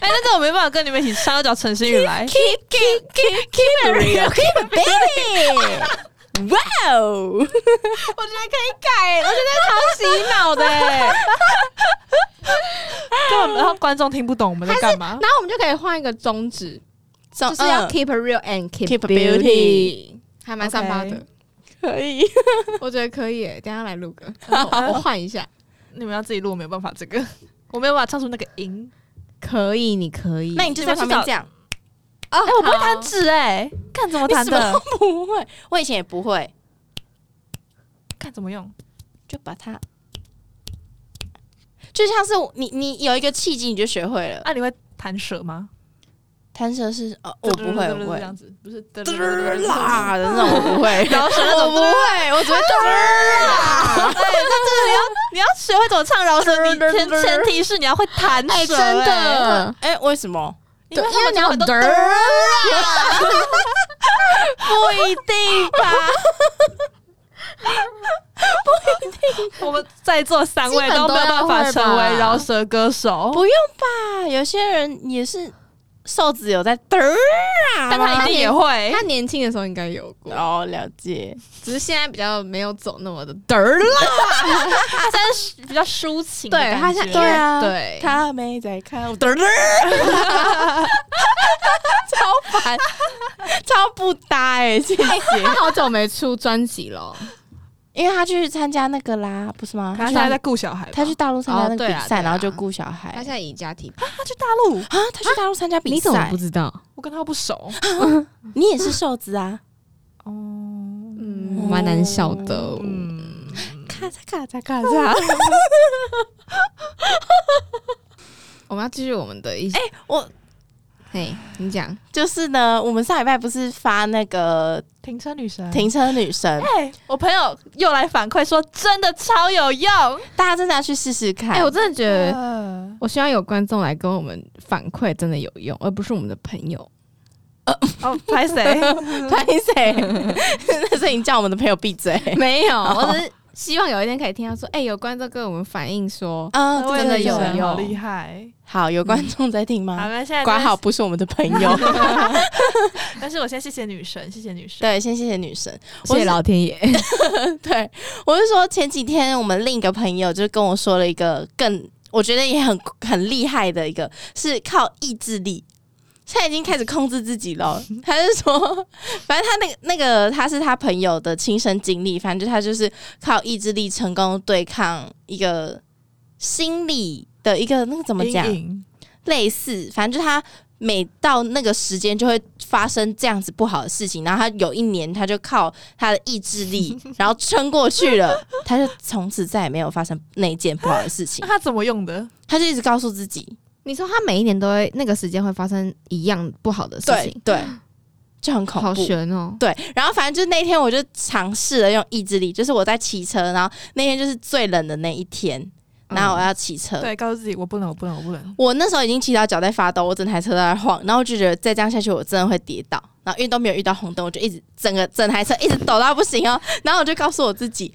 [SPEAKER 5] 哎，但是我没办法跟你们一起唱，要找陈星宇 来。
[SPEAKER 4] Keep keep keep keep it real, keep it baby。哇哦！
[SPEAKER 3] 我觉得可以改，我觉得超洗脑的、
[SPEAKER 5] 根本然后观众听不懂我们在干嘛。
[SPEAKER 3] 然后我们就可以换一个宗旨，
[SPEAKER 4] 就嗯
[SPEAKER 3] 就是要 keep it real and keep
[SPEAKER 4] Keep
[SPEAKER 3] beauty。还蛮三八的，
[SPEAKER 4] 可以。
[SPEAKER 3] 我觉得可以耶。等一下来录个，我我换一下，
[SPEAKER 5] 你们要自己录，我没有办法，这个我没有办法唱出那个音。
[SPEAKER 3] 可以，你可以
[SPEAKER 4] 那你就在旁边这样，
[SPEAKER 5] 哎、我不会
[SPEAKER 3] 好
[SPEAKER 5] 弹指哎，看怎么弹
[SPEAKER 4] 你什么
[SPEAKER 5] 的，
[SPEAKER 4] 都不会。我以前也不会，
[SPEAKER 5] 看怎么用。
[SPEAKER 4] 就把它，就像是你你有一个契机，你就学会了。
[SPEAKER 5] 啊，你会弹舌吗？
[SPEAKER 4] 弹舌是哦，我不会，我不
[SPEAKER 5] 这
[SPEAKER 4] 会
[SPEAKER 5] 样。子，不是嘚啊
[SPEAKER 4] 嘚
[SPEAKER 5] 嘚
[SPEAKER 4] 儿啦的那种我不 会，
[SPEAKER 5] 然后舌
[SPEAKER 4] 我不会，我只会嘚儿啦。
[SPEAKER 5] 你要学会怎么唱饶舌，你前
[SPEAKER 4] 嘚
[SPEAKER 5] 前提是你要会弹舌、
[SPEAKER 3] 哎，真，的，
[SPEAKER 4] 哎，为什么？
[SPEAKER 5] 因为
[SPEAKER 3] 对
[SPEAKER 5] 他们
[SPEAKER 3] 因为你要
[SPEAKER 5] 很多
[SPEAKER 3] 嘚
[SPEAKER 5] 嘚
[SPEAKER 3] 儿
[SPEAKER 5] 不一定吧？不一定。我们在座三位都没有办法成为饶舌歌手，
[SPEAKER 4] 不用吧？有些人也是瘦子有在嘚儿啊，
[SPEAKER 5] 但他一定也会。
[SPEAKER 3] 他年轻的时候应该有过，
[SPEAKER 4] 哦，了解。
[SPEAKER 3] 只是现在比较没有走那么的嘚儿啦。
[SPEAKER 5] 他现在是比较抒情的
[SPEAKER 3] 对
[SPEAKER 5] 感觉，
[SPEAKER 3] 他现在
[SPEAKER 4] 对啊，
[SPEAKER 3] 对
[SPEAKER 4] 他没在看我嘚儿， 超烦，超不搭哎、谢谢。
[SPEAKER 3] 他好久没出专辑了，
[SPEAKER 4] 因为他去参加那个啦，不是吗？
[SPEAKER 5] 他
[SPEAKER 4] 去
[SPEAKER 5] 现在在顾小孩吧，
[SPEAKER 4] 他去大陆参加那
[SPEAKER 3] 哦
[SPEAKER 4] 个
[SPEAKER 3] 对啊
[SPEAKER 4] 比赛，
[SPEAKER 3] 对啊
[SPEAKER 4] 然后就顾小孩。
[SPEAKER 3] 他现在以家庭
[SPEAKER 5] 他去大陆，
[SPEAKER 4] 啊，他去大陆参加比赛，
[SPEAKER 3] 知道？
[SPEAKER 5] 我跟他不熟。
[SPEAKER 4] 你也是瘦子啊？
[SPEAKER 5] 哦，
[SPEAKER 3] 嗯，蛮难笑的。
[SPEAKER 5] 嗯，
[SPEAKER 4] 咔嚓咔嚓咔嚓！
[SPEAKER 3] 我们要继续哎我们的一些，
[SPEAKER 4] 我
[SPEAKER 3] 嘿，你讲，
[SPEAKER 4] 就是呢，我们上礼拜不是发那个
[SPEAKER 5] 停车女神，
[SPEAKER 4] 停车女神，
[SPEAKER 5] 哎，我朋友又来反馈说，真的超有用。
[SPEAKER 4] 大家真的要去试试看。
[SPEAKER 3] 哎，我真的觉得，
[SPEAKER 5] 呃
[SPEAKER 3] 我希望有观众来跟我们反馈，真的有用，而不是我们的朋友。
[SPEAKER 5] 哦，拍 谁？
[SPEAKER 4] 拍谁？那是你叫我们的朋友闭 嘴。
[SPEAKER 3] 没 有，我只是希望有一天可以听到说，哎，有观众跟我们反映说，
[SPEAKER 4] 啊，
[SPEAKER 5] 哦
[SPEAKER 4] 这个
[SPEAKER 3] 真的有
[SPEAKER 4] 人
[SPEAKER 3] 用
[SPEAKER 5] 好厉害。
[SPEAKER 4] 好，有观众在听
[SPEAKER 5] 好，
[SPEAKER 4] 吗？
[SPEAKER 5] 那现在
[SPEAKER 4] 管
[SPEAKER 5] 真
[SPEAKER 4] 嗯
[SPEAKER 5] 的
[SPEAKER 4] 好不是我们的朋 友。
[SPEAKER 5] 但是我先谢谢女神，谢谢女神。
[SPEAKER 4] 对，先谢谢女神。我
[SPEAKER 3] 谢谢
[SPEAKER 4] 是
[SPEAKER 3] 老天爷。
[SPEAKER 4] 对，我是说前几天我们另一个朋友就跟我说了一个更，我觉得也很 很厉害的一个，是靠意志力。现在已经开始控制自己了。他是说，反正他那个那个他是他朋友的亲身经历，反正就他就是靠意志力成功对抗一个心理的一个那个怎么讲
[SPEAKER 5] 阴，影
[SPEAKER 4] 类似，反正就他每到那个时间就会发生这样子不好的事情，然后他有一年他就靠他的意志 力，然后撑过去了，他就从此再也没有发生那一件不好的事情
[SPEAKER 5] 那，他怎么用的？
[SPEAKER 4] 他就一直告诉自己，
[SPEAKER 3] 你说他每一年都会那个时间会发生一样不好的事
[SPEAKER 4] 对
[SPEAKER 3] 情，
[SPEAKER 4] 对，就很恐
[SPEAKER 3] 好
[SPEAKER 4] 怖。
[SPEAKER 3] 悬哦。
[SPEAKER 4] 对，然后反正就那天我就尝试了用意志力，就是我在骑车，然后那天就是最冷的那一天，然
[SPEAKER 3] 嗯
[SPEAKER 4] 后我要骑车，
[SPEAKER 5] 对，告诉自己我不能，我不能，我不能。
[SPEAKER 4] 我那时候已经骑到脚在发抖，我整台车都在晃，然后我就觉得再这样下去我真的会跌倒。然后因为都没有遇到红灯，我就一直整个整台车一直抖到不行哦。 然后我就告诉我自己，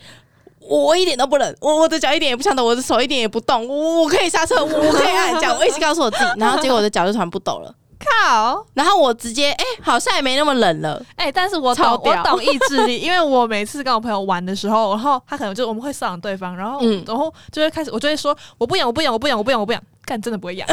[SPEAKER 4] 我我一点都不冷，我我的脚一点也不想抖，我的手一点也不动，我我可以刹车，我我可以按脚，我一直告诉我自己。然后结果我的脚就突然不抖了，
[SPEAKER 5] 靠！
[SPEAKER 4] 然后我直接哎、好像也没那么冷了，
[SPEAKER 5] 哎、但是我懂，
[SPEAKER 4] 超
[SPEAKER 5] 我
[SPEAKER 4] 屌
[SPEAKER 5] 懂意志力，因为我每次跟我朋友玩的时候，然后他可能就我们会骚扰对方，然后、
[SPEAKER 4] 嗯
[SPEAKER 5] 然后就会开始，我就会说我不痒，我不痒，我不痒，我不痒，我不痒，干真的不会痒。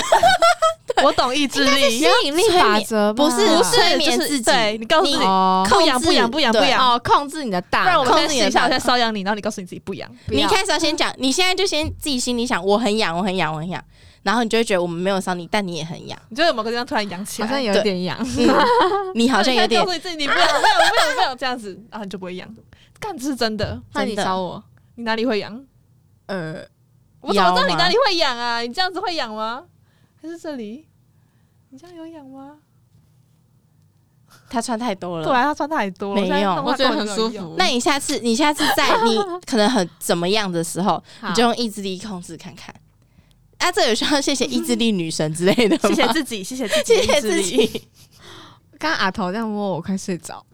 [SPEAKER 5] 我懂意志力，
[SPEAKER 3] 吸引力法则吧
[SPEAKER 4] 不是
[SPEAKER 5] 不是
[SPEAKER 4] 催眠
[SPEAKER 5] 就是
[SPEAKER 4] 自己，
[SPEAKER 5] 对你告诉自己
[SPEAKER 3] 哦
[SPEAKER 4] 控
[SPEAKER 5] 不痒不痒
[SPEAKER 4] 制
[SPEAKER 5] 不痒不
[SPEAKER 4] 对
[SPEAKER 5] 痒，
[SPEAKER 3] 哦，控制你的大
[SPEAKER 5] 不然
[SPEAKER 3] 脑，
[SPEAKER 5] 我们
[SPEAKER 3] 控
[SPEAKER 5] 现
[SPEAKER 3] 制
[SPEAKER 5] 在
[SPEAKER 3] 你
[SPEAKER 5] 试
[SPEAKER 3] 的
[SPEAKER 5] 一下，
[SPEAKER 3] 大
[SPEAKER 5] 我
[SPEAKER 3] 脑
[SPEAKER 5] 现在瘙痒你，然后你告诉你自己不痒。
[SPEAKER 3] 不
[SPEAKER 4] 你
[SPEAKER 3] 要
[SPEAKER 4] 一开始要先讲，你现在就先自己心里想，我很痒，我很痒，我很痒，然后你就会觉得我们没有伤你，但你也很痒，
[SPEAKER 5] 你觉得有某个地方突然痒起
[SPEAKER 3] 好
[SPEAKER 5] 来，
[SPEAKER 3] 像有
[SPEAKER 4] 对
[SPEAKER 3] 点痒，
[SPEAKER 4] 嗯、你好像有 点
[SPEAKER 5] 告诉你自己你不痒，不痒，不痒，不痒，这样子，然后你就不会痒。干，这是真的。
[SPEAKER 3] 那你
[SPEAKER 4] 真的
[SPEAKER 3] 找我，
[SPEAKER 5] 你哪里会痒？
[SPEAKER 3] 呃，
[SPEAKER 5] 我怎么
[SPEAKER 4] 腰
[SPEAKER 5] 知道你
[SPEAKER 4] 吗
[SPEAKER 5] 哪里会痒啊？你这样子会痒吗？还是这里？你这样有痒吗？
[SPEAKER 4] 他穿太多了。
[SPEAKER 5] 对啊，他穿太多了，
[SPEAKER 4] 没有
[SPEAKER 5] 现在弄
[SPEAKER 3] 我
[SPEAKER 5] 他
[SPEAKER 3] 觉得
[SPEAKER 5] 根
[SPEAKER 3] 很
[SPEAKER 5] 本没有
[SPEAKER 3] 舒
[SPEAKER 5] 用。
[SPEAKER 3] 服。
[SPEAKER 4] 那你下次，你下次在你可能很怎么样的时候，
[SPEAKER 3] 好
[SPEAKER 4] 你就用意志力控制看看。啊，这有需要谢谢意志力女神之类的吗？
[SPEAKER 5] 谢谢自 己，谢谢自己，
[SPEAKER 4] 谢谢自
[SPEAKER 5] 意志力，
[SPEAKER 4] 己。
[SPEAKER 3] 刚刚阿头这样摸我，快睡着。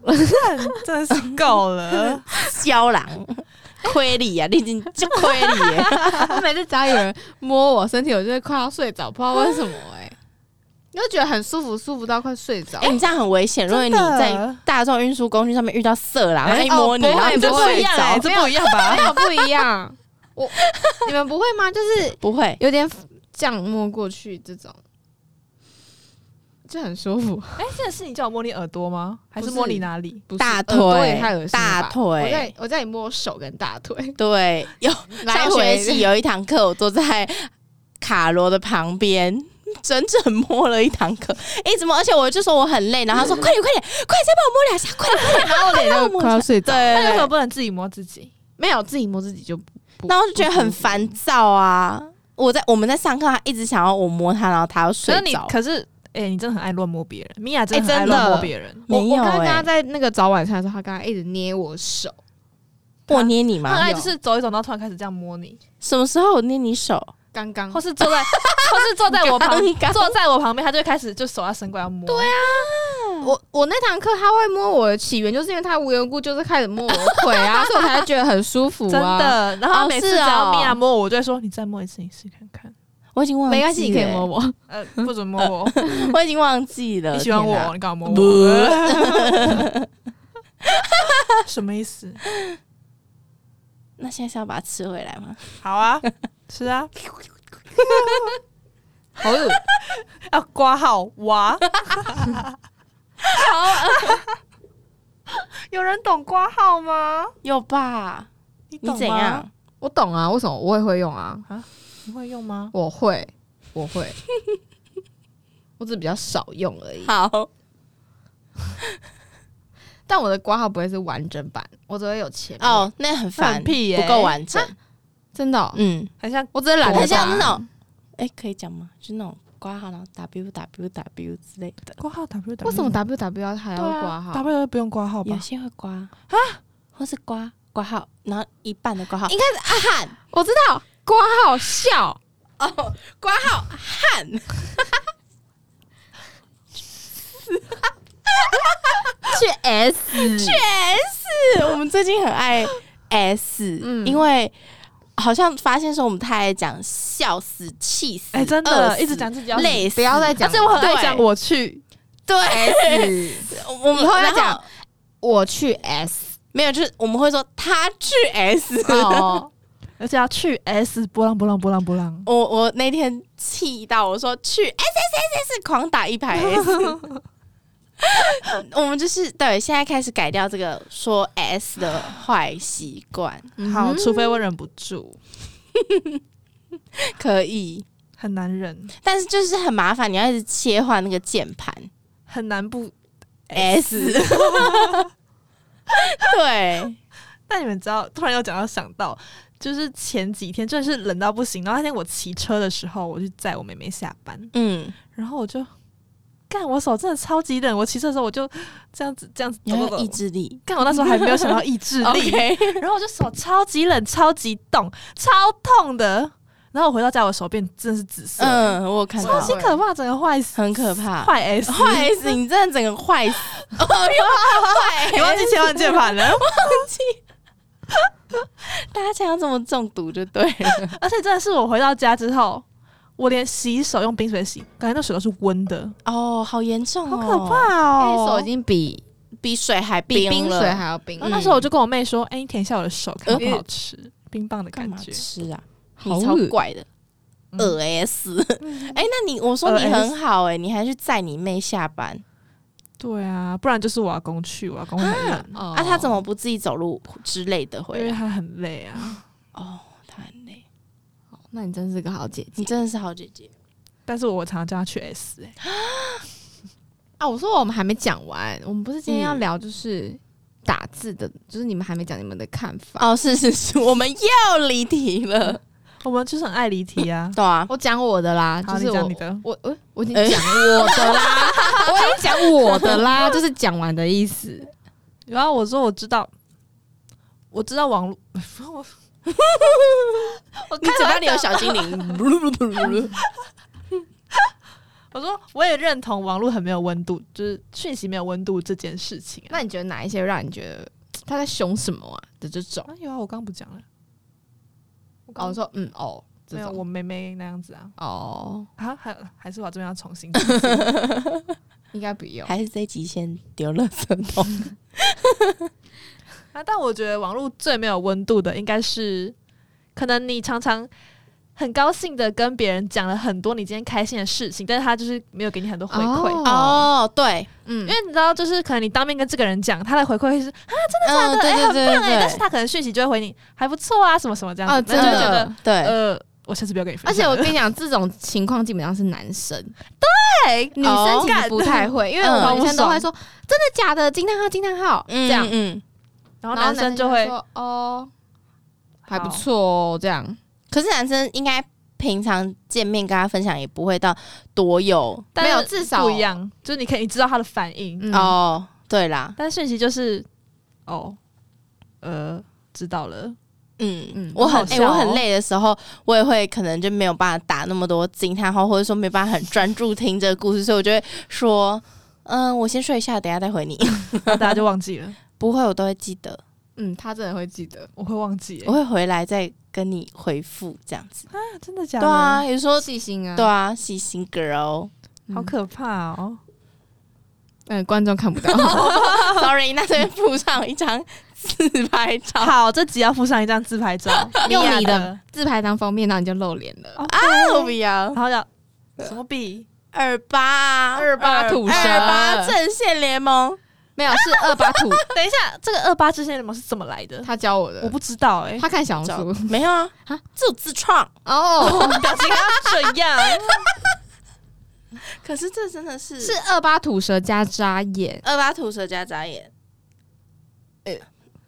[SPEAKER 5] 真的是够了。
[SPEAKER 4] 肖郎， 亏你啊，你已经就亏你耶。
[SPEAKER 3] 我每次只要有人摸我身体，我就会快要睡着，不知道为什么哎、你就觉得很舒服，舒服到快睡着。
[SPEAKER 4] 哎，你这样很危险。如果你
[SPEAKER 5] 真的
[SPEAKER 4] 在大众运输工具上面遇到色狼，
[SPEAKER 3] 哎
[SPEAKER 4] 他一摸你，
[SPEAKER 3] 哦不会
[SPEAKER 4] 然后你就
[SPEAKER 3] 不
[SPEAKER 5] 不
[SPEAKER 3] 会
[SPEAKER 5] 一
[SPEAKER 4] 睡
[SPEAKER 5] 样
[SPEAKER 4] 着
[SPEAKER 5] 哎，，这不一样吧？
[SPEAKER 3] 没有不一样，我你们不会吗？就是
[SPEAKER 4] 不会。
[SPEAKER 3] 有点这样摸过去这种，这很舒服。
[SPEAKER 5] 哎，这个是你叫我摸你耳朵吗？还是
[SPEAKER 3] 不是
[SPEAKER 5] 摸你哪里？
[SPEAKER 3] 不是
[SPEAKER 4] 大
[SPEAKER 3] 耳朵也
[SPEAKER 4] 腿
[SPEAKER 3] 太恶、心了
[SPEAKER 4] 大
[SPEAKER 3] 吧我
[SPEAKER 4] 腿，
[SPEAKER 3] 在我在你摸手跟大腿，
[SPEAKER 4] 对，有
[SPEAKER 3] 来
[SPEAKER 4] 上
[SPEAKER 3] 回
[SPEAKER 4] 学期有一堂课，我坐在卡罗的旁边，整整摸了一堂课，一直摸，而且我就说我很累，然后他说快点快点快点再帮我摸两下，快点快点，然后我脸就
[SPEAKER 3] 快要睡着，
[SPEAKER 5] 那为
[SPEAKER 4] 对
[SPEAKER 5] 什么
[SPEAKER 4] 对，
[SPEAKER 5] 不能自己摸自己？
[SPEAKER 3] 没有自己摸自己就不，不
[SPEAKER 4] 然后就觉得很。烦
[SPEAKER 3] 不舒服
[SPEAKER 4] 躁啊。我在我们在上课，他一直想要我摸他，然后他要睡
[SPEAKER 5] 可是你
[SPEAKER 4] 着。
[SPEAKER 5] 可是，哎，你真的很爱乱摸别人。米娅真的
[SPEAKER 3] 哎真
[SPEAKER 5] 很爱
[SPEAKER 3] 的
[SPEAKER 5] 乱摸别人，
[SPEAKER 3] 我
[SPEAKER 4] 没有
[SPEAKER 3] 我刚刚跟他
[SPEAKER 4] 哎，
[SPEAKER 3] 在那个早晚餐的时候，他刚刚一直捏我手，
[SPEAKER 4] 我捏你
[SPEAKER 5] 她很
[SPEAKER 4] 吗？
[SPEAKER 5] 爱就是走一走，然后突然开始这样摸 你，
[SPEAKER 4] 什么时候我捏你手？
[SPEAKER 3] 刚刚
[SPEAKER 5] 或是坐在，或是坐在我旁
[SPEAKER 4] 刚刚
[SPEAKER 5] 坐在我旁边，他就会开始就手要伸过来要摸。对啊，
[SPEAKER 3] 我我那堂课他会摸我的起源，就是因为他无缘无故就是开始摸我的腿 啊，所以我才觉得很舒服
[SPEAKER 5] 真
[SPEAKER 3] 啊。
[SPEAKER 5] 的。然后
[SPEAKER 4] 哦
[SPEAKER 5] 每次
[SPEAKER 4] 是
[SPEAKER 5] 只
[SPEAKER 4] 哦
[SPEAKER 5] 要米娅摸我，我就会说：“你再摸一次，你试看看。
[SPEAKER 4] 我已经忘记了，
[SPEAKER 3] 没关系，你可以摸我。”
[SPEAKER 5] 呃， 不准摸我，
[SPEAKER 4] 我已经忘记了。
[SPEAKER 5] 你喜欢
[SPEAKER 4] 天哪
[SPEAKER 5] 我，你干嘛摸我？ 什么意思？
[SPEAKER 4] 那现在是要把它吃回来吗？
[SPEAKER 5] 好啊，是啊，
[SPEAKER 3] 好恶，
[SPEAKER 5] 要啊挂号哇！ 有人懂挂号吗？
[SPEAKER 4] 有吧？
[SPEAKER 5] 你懂
[SPEAKER 4] 你怎
[SPEAKER 5] 吗
[SPEAKER 4] 样？？
[SPEAKER 3] 我懂啊，为什么我也会用啊？
[SPEAKER 5] 你会用吗？
[SPEAKER 3] 我会，我 会，我只是比较少用而已。
[SPEAKER 4] 好，
[SPEAKER 3] 但我的挂号不会是完整版，我只会有前面。
[SPEAKER 4] 哦，那很烦，
[SPEAKER 5] 很屁耶
[SPEAKER 4] 不够完整。
[SPEAKER 3] 真的哦、
[SPEAKER 4] 嗯，
[SPEAKER 5] 很像
[SPEAKER 3] 我只是懒得
[SPEAKER 4] 很像
[SPEAKER 3] 打
[SPEAKER 4] 那种，哎、可以讲吗？就那种挂号，然后 W W W 之类的，
[SPEAKER 5] 挂号 W W，
[SPEAKER 3] 为什
[SPEAKER 4] 嗯
[SPEAKER 3] 么 W W 它还要
[SPEAKER 5] 对啊
[SPEAKER 3] 挂号？
[SPEAKER 5] W 不用挂号
[SPEAKER 4] 有
[SPEAKER 5] 吧？
[SPEAKER 4] 些会挂啊，或是挂挂号，然后一半的挂号
[SPEAKER 3] 应该是啊汗，我知道挂号笑，
[SPEAKER 4] 哦，挂号汗，
[SPEAKER 3] 去 S
[SPEAKER 4] 确实，我们最近很爱 S，
[SPEAKER 3] 嗯
[SPEAKER 4] 因为好像发现说我们太爱讲笑死、气死，
[SPEAKER 5] 哎、真
[SPEAKER 4] 饿
[SPEAKER 5] 的，
[SPEAKER 4] 死
[SPEAKER 5] 一直讲自己要死
[SPEAKER 4] 累死，
[SPEAKER 3] 不要再讲
[SPEAKER 5] 而且我很爱
[SPEAKER 4] 对
[SPEAKER 5] 讲我去，
[SPEAKER 4] 对，
[SPEAKER 3] S，
[SPEAKER 4] 我们
[SPEAKER 3] 以后要
[SPEAKER 4] 然
[SPEAKER 3] 讲我去 S
[SPEAKER 4] 没有，就是我们会说他去 S。
[SPEAKER 3] 哦，
[SPEAKER 5] 而且要去 S 波浪波浪波浪波浪。
[SPEAKER 4] 我我那天气到我说去 S S S S 狂打一排 S，我们就是对现在开始改掉这个说 S 的坏习惯，
[SPEAKER 5] 好，
[SPEAKER 3] 嗯
[SPEAKER 5] 除非我忍不住，
[SPEAKER 4] 可以，
[SPEAKER 5] 很难忍，
[SPEAKER 4] 但是就是很麻烦，你要一直切换那个键盘
[SPEAKER 5] 很难不
[SPEAKER 4] S。对，
[SPEAKER 5] 但你们知道，突然又讲到想到，就是前几天真的是冷到不行。然后那天我骑车的时候，我就载我妹妹下班，
[SPEAKER 4] 嗯，
[SPEAKER 5] 然后我就干，我手真的超级冷。我骑车的时候，我就这样子这样子
[SPEAKER 4] 你
[SPEAKER 5] 走
[SPEAKER 4] 要
[SPEAKER 5] 走
[SPEAKER 4] 有意
[SPEAKER 5] 走。
[SPEAKER 4] 志力。
[SPEAKER 5] 干，我那时候还没有想到意志力
[SPEAKER 4] OK，
[SPEAKER 5] 然后我就手哦超级冷、超级冻、超痛的。然后我回到家，我手变真的是紫色，
[SPEAKER 4] 嗯，我有看
[SPEAKER 5] 超
[SPEAKER 4] 到，
[SPEAKER 5] 级可怕，整个坏死，
[SPEAKER 4] 很可怕，
[SPEAKER 5] 坏 S，
[SPEAKER 4] 坏死， 你真的整个坏死，哦，又坏，
[SPEAKER 5] 你忘记切换键盘了。
[SPEAKER 4] 大家想要怎么中毒就对了。
[SPEAKER 5] 而且真的是我回到家之后，我连洗手用冰水洗，感觉那水都是温的，
[SPEAKER 4] 哦，好严重、
[SPEAKER 5] 好
[SPEAKER 4] 哦，
[SPEAKER 5] 可，怕哦！
[SPEAKER 3] 手已经比
[SPEAKER 4] 比水还
[SPEAKER 3] 比
[SPEAKER 4] 冰
[SPEAKER 3] 冰哦
[SPEAKER 4] 了
[SPEAKER 3] 水还要冰嗯
[SPEAKER 5] 然，后那时候我就跟我妹说：“哎、你舔一下我的手，看好不好
[SPEAKER 3] 呃
[SPEAKER 5] 吃，冰棒的
[SPEAKER 4] 干嘛
[SPEAKER 5] 感觉。
[SPEAKER 4] 吃啊？
[SPEAKER 3] 好
[SPEAKER 4] 你超
[SPEAKER 3] 恶
[SPEAKER 4] 怪的，
[SPEAKER 5] 嗯
[SPEAKER 4] 恶 S。哎、那你我说
[SPEAKER 5] 恶
[SPEAKER 4] 你
[SPEAKER 5] S
[SPEAKER 4] 很好哎、你还去载你妹下班”
[SPEAKER 5] 对啊，不然就是我阿公去，我阿公很冷，
[SPEAKER 3] 哦
[SPEAKER 4] 啊？她怎么不自己走路之类的
[SPEAKER 5] 因
[SPEAKER 4] 回
[SPEAKER 5] 为
[SPEAKER 4] 来？
[SPEAKER 5] 他很累啊。
[SPEAKER 4] 哦，她很累。
[SPEAKER 3] 那你真是个好姐
[SPEAKER 4] 你
[SPEAKER 3] 姐
[SPEAKER 4] 真的是好姐姐，
[SPEAKER 5] 但是我常常叫他去 S 哎、
[SPEAKER 3] 啊！我说我们还没讲完，我们不是今天要
[SPEAKER 4] 嗯
[SPEAKER 3] 聊就是打字的，就是你们还没讲你们的看法。
[SPEAKER 4] 哦，是是是， 嗯我们又离题了。
[SPEAKER 5] 我们就是很爱离 题啊。
[SPEAKER 4] 对啊，
[SPEAKER 3] 我讲我的哎啦，
[SPEAKER 5] 好
[SPEAKER 3] 啊就是
[SPEAKER 5] 你讲
[SPEAKER 3] 我
[SPEAKER 5] 你的
[SPEAKER 3] 我我我已经 讲我的 啦，我已经讲我的啦，就是讲完的意思。
[SPEAKER 5] 然后我说我知道，我知道网络，我我
[SPEAKER 4] 你嘴巴里有小精 灵。
[SPEAKER 5] 我说我也认同网络很没有温度，就是讯息没有温度这件事情啊。
[SPEAKER 3] 那你觉得哪一些让你觉得他在凶什么啊的这种？
[SPEAKER 5] 啊有啊，我刚不讲了，我
[SPEAKER 3] 哦，
[SPEAKER 5] 刚
[SPEAKER 3] 我说嗯哦，这
[SPEAKER 5] 没有
[SPEAKER 3] 种
[SPEAKER 5] 我妹妹那样子 啊
[SPEAKER 3] 哦，
[SPEAKER 5] 啊，还还是我这边要重新
[SPEAKER 3] 应该不用。
[SPEAKER 4] 还是这一集先丢垃圾桶。
[SPEAKER 5] 啊，但我觉得网络最没有温度的应该是，可能你常常很高兴的跟别人讲了很多你今天开心的事情，但是他就是没有给你很多回馈。
[SPEAKER 3] 哦，
[SPEAKER 4] 哦，对，
[SPEAKER 3] 嗯
[SPEAKER 5] 因为你知道，就是可能你当面跟这个人讲，他的回馈会是啊，
[SPEAKER 4] 嗯，
[SPEAKER 5] 真的
[SPEAKER 4] 对
[SPEAKER 5] 哎、
[SPEAKER 4] 对
[SPEAKER 5] 很
[SPEAKER 4] 对
[SPEAKER 5] 棒哎、
[SPEAKER 4] 对
[SPEAKER 5] 但是他可能讯息就会回你还不错啊，什么什么这样子，
[SPEAKER 3] 哦，
[SPEAKER 5] 那
[SPEAKER 3] 真
[SPEAKER 5] 就会觉得
[SPEAKER 3] 的。
[SPEAKER 4] 对对，
[SPEAKER 5] 呃，我下次不要跟 你分
[SPEAKER 3] 而且
[SPEAKER 5] 享了。
[SPEAKER 3] 我跟你讲，这种情况基本上是男生，
[SPEAKER 5] 对
[SPEAKER 3] 女生其实不太会，因为我
[SPEAKER 4] 嗯
[SPEAKER 3] 们女生都会说“真的假的”惊叹号惊叹号
[SPEAKER 4] 嗯
[SPEAKER 3] 这样，
[SPEAKER 4] 嗯。
[SPEAKER 5] 然
[SPEAKER 3] 然
[SPEAKER 5] 后
[SPEAKER 3] 后
[SPEAKER 5] 男生就会
[SPEAKER 3] 说“哦，还不
[SPEAKER 5] 好
[SPEAKER 3] 错哦”这样。
[SPEAKER 4] 可是男生应该平常见面跟他分享也不会到多有
[SPEAKER 5] 但
[SPEAKER 3] 没有
[SPEAKER 5] 是
[SPEAKER 3] 至少
[SPEAKER 5] 不一样，就是你可以你知道他的反应，
[SPEAKER 3] 嗯
[SPEAKER 4] 哦，对啦，
[SPEAKER 5] 但讯息就是哦，呃，知道了，
[SPEAKER 4] 嗯嗯
[SPEAKER 3] 嗯，
[SPEAKER 4] 我很
[SPEAKER 5] 好
[SPEAKER 4] 哎、
[SPEAKER 5] 笑哦
[SPEAKER 4] 我很累的时候，我也会可能就没有办法打那么多惊叹号，或者说没办法很专注听这个故事，所以我就会说，嗯，我先睡一下，等一下再回你。
[SPEAKER 5] 然后大家就忘记了，
[SPEAKER 4] 不会，我都会记得，
[SPEAKER 3] 嗯，他真的会记得，
[SPEAKER 5] 我会忘记、欸
[SPEAKER 4] 我会回来再跟你回复这样子。
[SPEAKER 5] 啊嗯真的假
[SPEAKER 4] 对
[SPEAKER 5] 的？
[SPEAKER 4] 啊，有时候
[SPEAKER 3] 细心啊，
[SPEAKER 4] 对啊，细心 girl。
[SPEAKER 3] 嗯，
[SPEAKER 5] 好可怕哦！
[SPEAKER 3] 嗯，观众看不到，
[SPEAKER 4] Sorry，那这边附上一张自拍照。
[SPEAKER 5] 好，这集要附上一张自 拍照，
[SPEAKER 3] 用
[SPEAKER 5] 米娅
[SPEAKER 3] 你的哦自拍当封面，那你就露脸了。
[SPEAKER 5] 啊，
[SPEAKER 4] 我不要
[SPEAKER 5] 然后 要什么币？
[SPEAKER 4] 二八
[SPEAKER 3] 二八吐舌
[SPEAKER 4] 二八阵线联盟。
[SPEAKER 3] 没有，是二八土，
[SPEAKER 5] 等一下，这个二八之前的模是怎么来 的？
[SPEAKER 3] 他教我
[SPEAKER 5] 我
[SPEAKER 3] 的，
[SPEAKER 5] 不知道哎、
[SPEAKER 3] 他看小红书
[SPEAKER 4] 没有啊
[SPEAKER 3] 啊，
[SPEAKER 4] 这种自创。
[SPEAKER 3] 哦，
[SPEAKER 5] 表情要怎样？
[SPEAKER 4] 可是这真的是
[SPEAKER 3] 是二八土蛇加扎眼，
[SPEAKER 4] 二八吐舌加眨眼，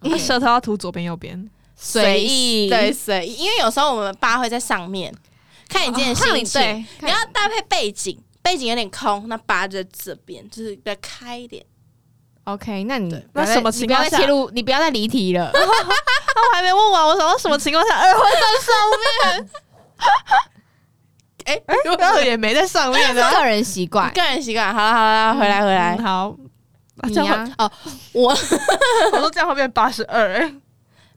[SPEAKER 5] 那舌头要涂左边右边，
[SPEAKER 3] 随意
[SPEAKER 4] 对随意，因为有时候我们八会在上面，看你今天
[SPEAKER 3] 哦看
[SPEAKER 4] 心
[SPEAKER 3] 你
[SPEAKER 4] 情，
[SPEAKER 3] 对
[SPEAKER 4] 你要搭配背景，背景有点空，那八就在这边，就是比较开一点。
[SPEAKER 3] OK，那你
[SPEAKER 5] 那什么情
[SPEAKER 3] 你不要
[SPEAKER 5] 况
[SPEAKER 3] 再
[SPEAKER 5] 下
[SPEAKER 3] 切入，你不要再离题 了。
[SPEAKER 5] 啊，我还没问完，我想到什么情况下二会
[SPEAKER 4] 哎，
[SPEAKER 5] 在二也没在上面 呢？
[SPEAKER 3] 个人习惯，
[SPEAKER 4] 个人习惯，好了好了，回来回来
[SPEAKER 5] 嗯，好，啊
[SPEAKER 3] 你
[SPEAKER 5] 这样
[SPEAKER 3] 呀
[SPEAKER 5] 会，
[SPEAKER 4] 我
[SPEAKER 5] 我说这样会变八十二。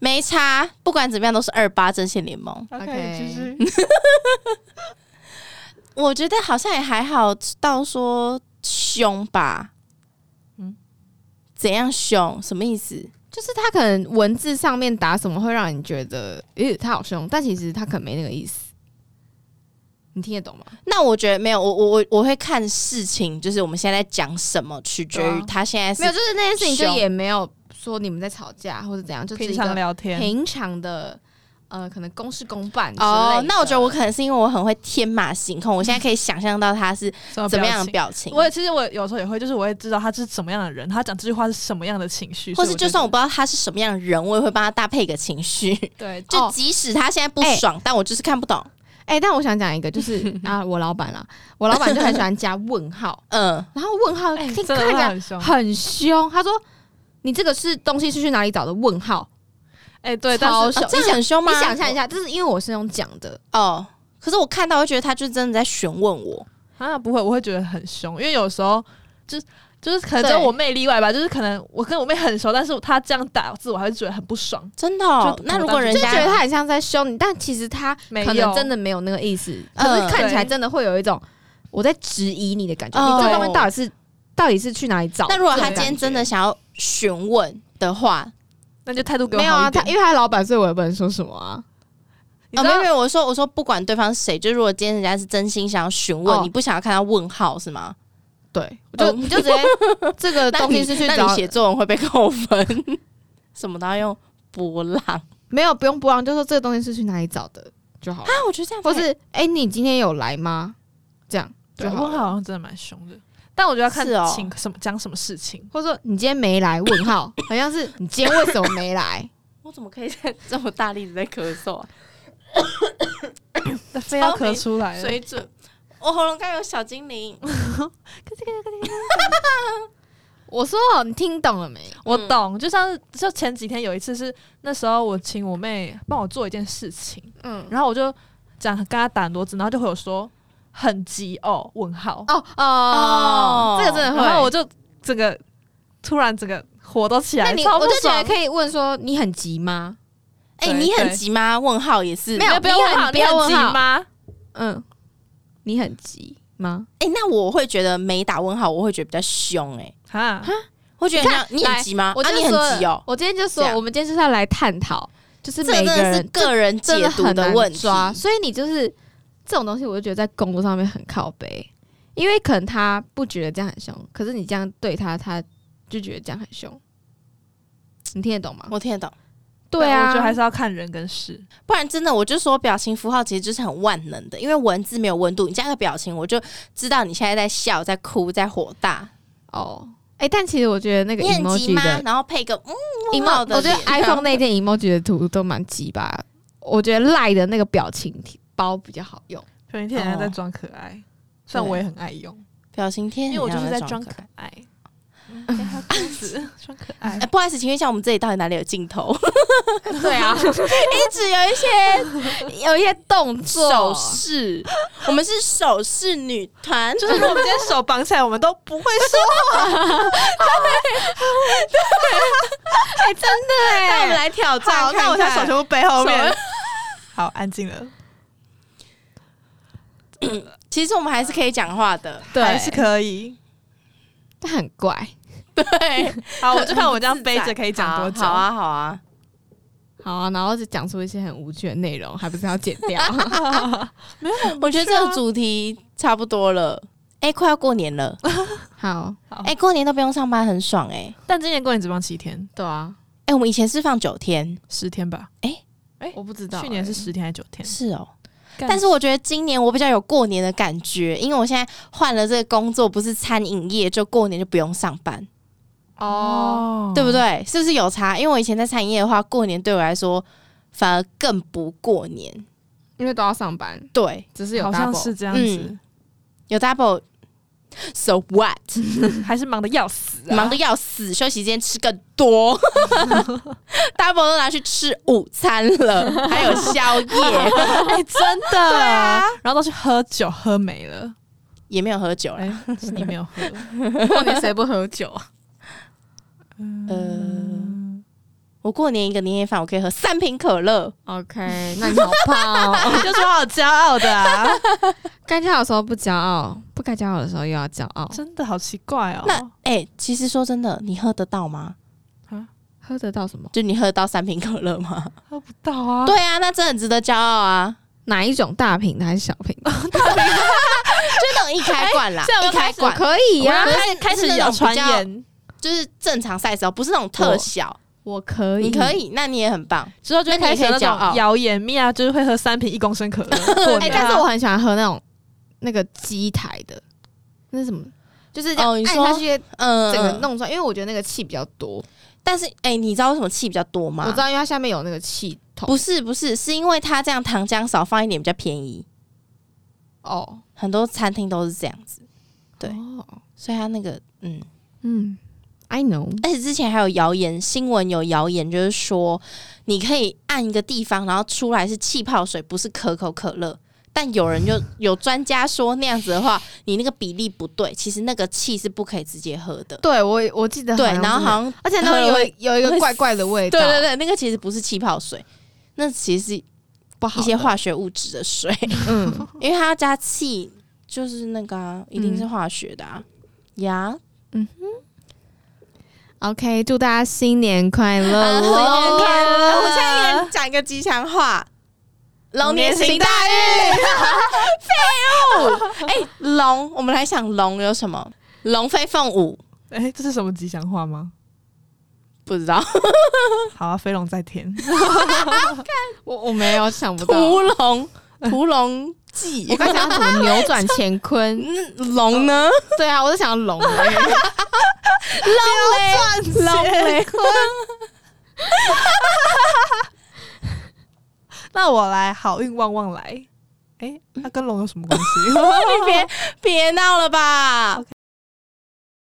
[SPEAKER 4] 没差，不管怎么样都是二八阵线联盟。
[SPEAKER 3] OK
[SPEAKER 5] 继续。
[SPEAKER 4] 我觉得好像也还好，到说凶吧，嗯
[SPEAKER 5] 嗯，
[SPEAKER 4] 怎样凶？什么意思？
[SPEAKER 3] 就是他可能文字上面打什么会让你觉得，诶，他好凶，但其实他可能没那个意思。你听得懂吗？
[SPEAKER 4] 那我觉得没有，我我我我会看事情，就是我们现在在讲什么，取决
[SPEAKER 5] 对
[SPEAKER 4] 于
[SPEAKER 5] 啊
[SPEAKER 4] 他现在是
[SPEAKER 3] 没有，就是那件事情就
[SPEAKER 4] 凶
[SPEAKER 3] 也没有说你们在吵架或者怎样，就是
[SPEAKER 5] 平
[SPEAKER 3] 一
[SPEAKER 5] 常
[SPEAKER 3] 个
[SPEAKER 5] 聊天，
[SPEAKER 3] 平常的呃，可能公事公办之类
[SPEAKER 4] 哦
[SPEAKER 3] 的。
[SPEAKER 4] 那我觉得我可能是因为我很会天马行空，我现在可以想象到他是
[SPEAKER 5] 什么
[SPEAKER 4] 怎么
[SPEAKER 5] 表
[SPEAKER 4] 样的哦
[SPEAKER 5] 情
[SPEAKER 4] 表情，
[SPEAKER 5] 我也其实我有时候也会，就是我会知道他是什么样的人，他讲这句话是什么样的情绪，
[SPEAKER 4] 或
[SPEAKER 5] 所以
[SPEAKER 4] 是就
[SPEAKER 5] 觉
[SPEAKER 4] 算我
[SPEAKER 5] 得
[SPEAKER 4] 不知道他是什么样的人，我也会帮他搭配一个情 绪。
[SPEAKER 5] 对，
[SPEAKER 4] 就
[SPEAKER 3] 哦
[SPEAKER 4] 即使他现在不
[SPEAKER 3] 哎
[SPEAKER 4] 爽，但我就是看不懂。
[SPEAKER 3] 哎、但我想讲一个，就是 啊，我老板啦，我老板就很喜欢加问号，
[SPEAKER 4] 嗯，
[SPEAKER 3] 然后问号、
[SPEAKER 5] 哎
[SPEAKER 3] 看
[SPEAKER 5] 真
[SPEAKER 3] 看
[SPEAKER 5] 的
[SPEAKER 3] 起
[SPEAKER 5] 会
[SPEAKER 3] 来
[SPEAKER 5] 很凶。
[SPEAKER 3] 很凶，他说你这个是东西是去哪里找的？问号，
[SPEAKER 5] 哎，对，但
[SPEAKER 3] 超
[SPEAKER 5] 是
[SPEAKER 3] 凶
[SPEAKER 4] 哦，这样很凶吗？
[SPEAKER 3] 你想象一下，这是因为我是用讲的，
[SPEAKER 4] 哦，可是我看到我会觉得他就真的在询问我。
[SPEAKER 5] 啊，不会，我会觉得很凶，因为有时候就是就是可能只有
[SPEAKER 3] 对
[SPEAKER 5] 我妹例外吧，就是可能我跟我妹很熟，但是她这样打字，我还是觉得很不爽。
[SPEAKER 4] 真的、哦
[SPEAKER 5] 就？
[SPEAKER 4] 那如果人
[SPEAKER 3] 就觉得
[SPEAKER 4] 家
[SPEAKER 3] 他很像在凶你，但其实他
[SPEAKER 5] 没
[SPEAKER 3] 可能
[SPEAKER 5] 有
[SPEAKER 3] 真的没有那个意思，
[SPEAKER 4] 嗯
[SPEAKER 3] 可是看起来
[SPEAKER 5] 对
[SPEAKER 3] 真的会有一种我在质疑你的感觉，
[SPEAKER 4] 哦
[SPEAKER 3] 你这方面到底是到底是去哪里找？
[SPEAKER 4] 那如果他今
[SPEAKER 3] 这种
[SPEAKER 4] 天
[SPEAKER 3] 感觉
[SPEAKER 4] 真的想要询问的话，
[SPEAKER 5] 那就态度给我
[SPEAKER 3] 没有
[SPEAKER 5] 好
[SPEAKER 3] 啊，
[SPEAKER 5] 一
[SPEAKER 3] 他
[SPEAKER 5] 点。
[SPEAKER 3] 因为他是老板，所以我也不能说什么啊。
[SPEAKER 5] 你
[SPEAKER 4] 哦，
[SPEAKER 5] 知
[SPEAKER 4] 没有
[SPEAKER 5] 道
[SPEAKER 4] 没有，我说我说不管对方是谁，就如果今天人家是真心想要询问，
[SPEAKER 3] 哦
[SPEAKER 4] 你不想要看到问号是吗？
[SPEAKER 3] 对，我就、
[SPEAKER 4] 哦
[SPEAKER 3] 你就直接 这个
[SPEAKER 4] 那
[SPEAKER 3] 东
[SPEAKER 4] 你
[SPEAKER 3] 西是去
[SPEAKER 4] 那
[SPEAKER 3] 找
[SPEAKER 4] 你写作文会被扣分， 什么都要用波浪啊！
[SPEAKER 3] 没有不用波浪，就说这个东西是去哪里找的就好了，
[SPEAKER 4] 我觉得这样
[SPEAKER 3] 或
[SPEAKER 4] 不
[SPEAKER 3] 是哎、诶你今天有来吗？这样就
[SPEAKER 5] 对
[SPEAKER 3] 好
[SPEAKER 5] 问
[SPEAKER 3] 了，
[SPEAKER 5] 号好像真的蛮凶的，但我觉得要看
[SPEAKER 4] 是哦
[SPEAKER 5] 情什么讲什么事情。
[SPEAKER 3] 或者说你今天没来？问号，好像是你今天为什么没来？
[SPEAKER 4] 我怎么可以在这么大力的在咳嗽啊？
[SPEAKER 5] 那非要
[SPEAKER 4] 超没
[SPEAKER 5] 咳出来 了，
[SPEAKER 4] 水准，我喉咙盖有小精灵，
[SPEAKER 3] 我说哦你听懂了没？
[SPEAKER 5] 我懂。就像是就前几天有一次是那时候我请我妹帮我做一件事情，
[SPEAKER 3] 嗯，
[SPEAKER 5] 然后我就讲跟她打很多字，然后就会有说很急哦问号，
[SPEAKER 3] 哦哦，这个真的
[SPEAKER 5] 然后
[SPEAKER 3] 会。
[SPEAKER 5] 我就整个突然整个火都起
[SPEAKER 3] 那
[SPEAKER 5] 来，
[SPEAKER 3] 你
[SPEAKER 5] 超
[SPEAKER 3] 我
[SPEAKER 5] 不
[SPEAKER 3] 就觉
[SPEAKER 5] 爽
[SPEAKER 3] 得可以问说你很急吗？
[SPEAKER 4] 哎、
[SPEAKER 5] 对
[SPEAKER 4] 你很
[SPEAKER 5] 对
[SPEAKER 4] 急吗？问号也是
[SPEAKER 3] 没有
[SPEAKER 5] 不要问号，
[SPEAKER 3] 不要
[SPEAKER 5] 你很
[SPEAKER 3] 问
[SPEAKER 5] 急
[SPEAKER 3] 号
[SPEAKER 5] 吗？
[SPEAKER 3] 嗯，你很急吗？
[SPEAKER 4] 哎、那我会觉得没打问号，我会觉得比较凶哎、
[SPEAKER 5] 啊，
[SPEAKER 4] 我会觉得
[SPEAKER 3] 你
[SPEAKER 4] 你要你
[SPEAKER 3] 看
[SPEAKER 4] 很
[SPEAKER 3] 来
[SPEAKER 4] 急吗？
[SPEAKER 3] 我
[SPEAKER 4] 啊，
[SPEAKER 3] 就
[SPEAKER 4] 你
[SPEAKER 3] 说
[SPEAKER 4] 很
[SPEAKER 3] 了
[SPEAKER 4] 急哦、
[SPEAKER 3] 我今天就说
[SPEAKER 4] 这样
[SPEAKER 3] 我们今天就是要来探讨就是
[SPEAKER 4] 这个
[SPEAKER 3] 每
[SPEAKER 4] 真
[SPEAKER 3] 个
[SPEAKER 4] 的是
[SPEAKER 3] 人
[SPEAKER 4] 个人
[SPEAKER 3] 真
[SPEAKER 4] 解
[SPEAKER 3] 的
[SPEAKER 4] 读
[SPEAKER 3] 很难
[SPEAKER 4] 问题。
[SPEAKER 3] 抓，所以你就是这种东西，我就觉得在工作上面很靠背，因为可能他不觉得这样很凶，可是你这样对他，他就觉得这样很凶。你听得懂吗？
[SPEAKER 4] 我听得懂，
[SPEAKER 3] 对啊，
[SPEAKER 5] 我觉得还是要看人跟事。
[SPEAKER 4] 不然真的我就说表情符号其实就是很万能的，因为文字没有温度，你加个表情我就知道你现在在笑、在哭、在火大，
[SPEAKER 3] 哦，哎、但其实我觉得那个
[SPEAKER 4] 你很急
[SPEAKER 3] emoji
[SPEAKER 4] 吗
[SPEAKER 3] 的？
[SPEAKER 4] 然后配个嗯，问号
[SPEAKER 3] emo，
[SPEAKER 4] 的
[SPEAKER 3] 我觉得
[SPEAKER 4] 脸
[SPEAKER 3] iPhone 那件 emoji 的图都蛮鸡巴，我觉得赖的那个表情包比较好用。
[SPEAKER 5] 可能天天在装可爱，虽然我也很爱用，
[SPEAKER 4] 表情贴，
[SPEAKER 5] 因为我就是在装可
[SPEAKER 4] 可爱。
[SPEAKER 5] 爱，嗯给他裤子 装可 爱
[SPEAKER 4] 哎，。不好意思，请问一下，我们这里到底哪里有镜头？
[SPEAKER 3] 对啊，
[SPEAKER 4] 一直有一些
[SPEAKER 3] 有一些动作
[SPEAKER 4] 手势，我们是手势女团，
[SPEAKER 5] 就是如果我们今天手绑起来，我们都不会说。
[SPEAKER 4] 那我们来挑战
[SPEAKER 5] 哎好，
[SPEAKER 4] 看看。
[SPEAKER 5] 那我现在手全部背后面
[SPEAKER 4] 手。
[SPEAKER 5] 好，安静了，
[SPEAKER 4] 其实我们还是可以讲话的，
[SPEAKER 3] 对，
[SPEAKER 5] 还是可以。
[SPEAKER 3] 但很怪。
[SPEAKER 4] 对，
[SPEAKER 5] 好， 我就看我这样背着可以讲多久
[SPEAKER 4] 好。啊，好啊，
[SPEAKER 3] 好啊，然后就讲出一些很无趣的内容，还不是要剪掉？
[SPEAKER 4] 我觉得这个主题差不多了。啊哎，快要过年 了，
[SPEAKER 3] 好，
[SPEAKER 4] 哎，过年都不用上班，很爽哎。
[SPEAKER 5] 但今年过年只放七天，
[SPEAKER 3] 对啊，
[SPEAKER 4] 哎，我们以前是放九天，
[SPEAKER 5] 十天吧？
[SPEAKER 3] 我不知道欸、
[SPEAKER 5] 去年是十天还是九天？
[SPEAKER 4] 是哦。
[SPEAKER 5] 干
[SPEAKER 4] 但是我觉得今年我比较有过年的感觉，因为我现在换了这个工作，不是餐饮业，就过年就不用上班，
[SPEAKER 3] 哦，
[SPEAKER 5] 哦
[SPEAKER 4] 对不？对？是不是有差？因为我以前在餐饮业的话，过年对我来说反而更不过年。
[SPEAKER 3] 因为都要上班，
[SPEAKER 4] 对，
[SPEAKER 3] 只是有
[SPEAKER 5] 好
[SPEAKER 3] double,
[SPEAKER 5] 像是这样子，
[SPEAKER 4] 有 double。So what？、
[SPEAKER 5] 还是忙的要死啊！
[SPEAKER 4] 忙得要死，休息时间吃更多 ，double 都拿去吃午餐了， 还有宵夜，
[SPEAKER 5] 哎、真的，对啊， 然后都去喝酒，喝没了，
[SPEAKER 4] 也没有喝酒了。
[SPEAKER 5] 哎、是你没有 喝，
[SPEAKER 3] 过年谁不喝酒啊？
[SPEAKER 4] 呃，我过年一个年夜饭，我可以喝三瓶可乐，
[SPEAKER 3] OK，那你好胖 哦！
[SPEAKER 5] 你就说好骄傲的啊，
[SPEAKER 3] 该骄傲的时候不骄傲，不该骄傲的时候又要骄傲，
[SPEAKER 5] 真的好奇怪哦。
[SPEAKER 4] 那哎、其实说真的，你喝得到吗？
[SPEAKER 3] 喝得到什么？
[SPEAKER 4] 就你喝得到三瓶可乐吗？
[SPEAKER 5] 喝不到啊，
[SPEAKER 4] 对啊，那真的很值得骄傲啊！
[SPEAKER 3] 哪一种大瓶的还是小瓶的？
[SPEAKER 4] 就那种一开罐 啦，一开
[SPEAKER 3] 我
[SPEAKER 4] 罐
[SPEAKER 3] 可以呀、
[SPEAKER 4] 啊
[SPEAKER 5] 我要开
[SPEAKER 4] 是
[SPEAKER 5] 始
[SPEAKER 4] 那种
[SPEAKER 5] 有传
[SPEAKER 4] 比较
[SPEAKER 5] 言，
[SPEAKER 4] 就是正常 size 哦，不是那种特小。
[SPEAKER 3] 我可以，
[SPEAKER 4] 你可，以，那你也很棒。
[SPEAKER 5] 之后就会
[SPEAKER 4] 那你
[SPEAKER 5] 开
[SPEAKER 4] 也
[SPEAKER 5] 始有
[SPEAKER 4] 可以
[SPEAKER 5] 那
[SPEAKER 4] 骄傲
[SPEAKER 5] 种谣言，米娅啊就是会喝三瓶一公升可乐。啊
[SPEAKER 3] 哎、但是我很喜欢喝那种那个鸡台的，那是什么？就是这样
[SPEAKER 4] 哦你
[SPEAKER 3] 按
[SPEAKER 4] 说
[SPEAKER 3] 下去，
[SPEAKER 4] 嗯，
[SPEAKER 3] 整个弄出来，因为我觉得那个气比较多。
[SPEAKER 4] 但是哎、你知道为什么气比较多吗？
[SPEAKER 3] 我知道，因为它下面有那个气筒。
[SPEAKER 4] 不是不是，是因为它这样糖浆少放一点比较便宜，
[SPEAKER 3] 哦，
[SPEAKER 4] 很多餐厅都是这样子，对
[SPEAKER 3] 哦
[SPEAKER 4] 所以它那个嗯，
[SPEAKER 3] 嗯，I know，
[SPEAKER 4] 而且之前还有谣言新闻有谣言，就是说你可以按一个地方，然后出来是气泡水，不是可口可乐。但有人就有专家说那样子的话，你那个比例不对，其实那个气是不可以直接喝的。
[SPEAKER 3] 对我我记得
[SPEAKER 4] 对，
[SPEAKER 3] 像
[SPEAKER 4] 然后
[SPEAKER 3] 是
[SPEAKER 4] 好像
[SPEAKER 3] 而且那个
[SPEAKER 4] 喝了
[SPEAKER 3] 有有一个怪怪的味道，
[SPEAKER 4] 对对对，那个其实不是气泡水，那其实是一
[SPEAKER 3] 不好的
[SPEAKER 4] 些化学物质的水，
[SPEAKER 3] 嗯，
[SPEAKER 4] 因为它要加气，就是那个、啊、一定是化学的啊。呀、
[SPEAKER 3] OK，祝大家新年快乐
[SPEAKER 4] 啊新年
[SPEAKER 3] 喽！
[SPEAKER 4] 快乐！呃我现在一人讲一个吉祥话：龙年行大运。 废物！哎、龙，我们来想龙有什么？龙飞凤舞，
[SPEAKER 5] 哎、这是什么吉祥话吗？
[SPEAKER 4] 不知道。
[SPEAKER 5] 好啊，飞龙在天，
[SPEAKER 3] 我我没有想不到，
[SPEAKER 4] 屠龙，屠龙记
[SPEAKER 3] 我。刚想要什么扭转乾坤，
[SPEAKER 4] 嗯龙呢？
[SPEAKER 3] 对啊，我在想龙 欸，
[SPEAKER 4] 龙嘞，
[SPEAKER 5] 那我来好运旺旺来。哎、那跟龙有什么关系？
[SPEAKER 4] 龙嘞，别别闹了吧！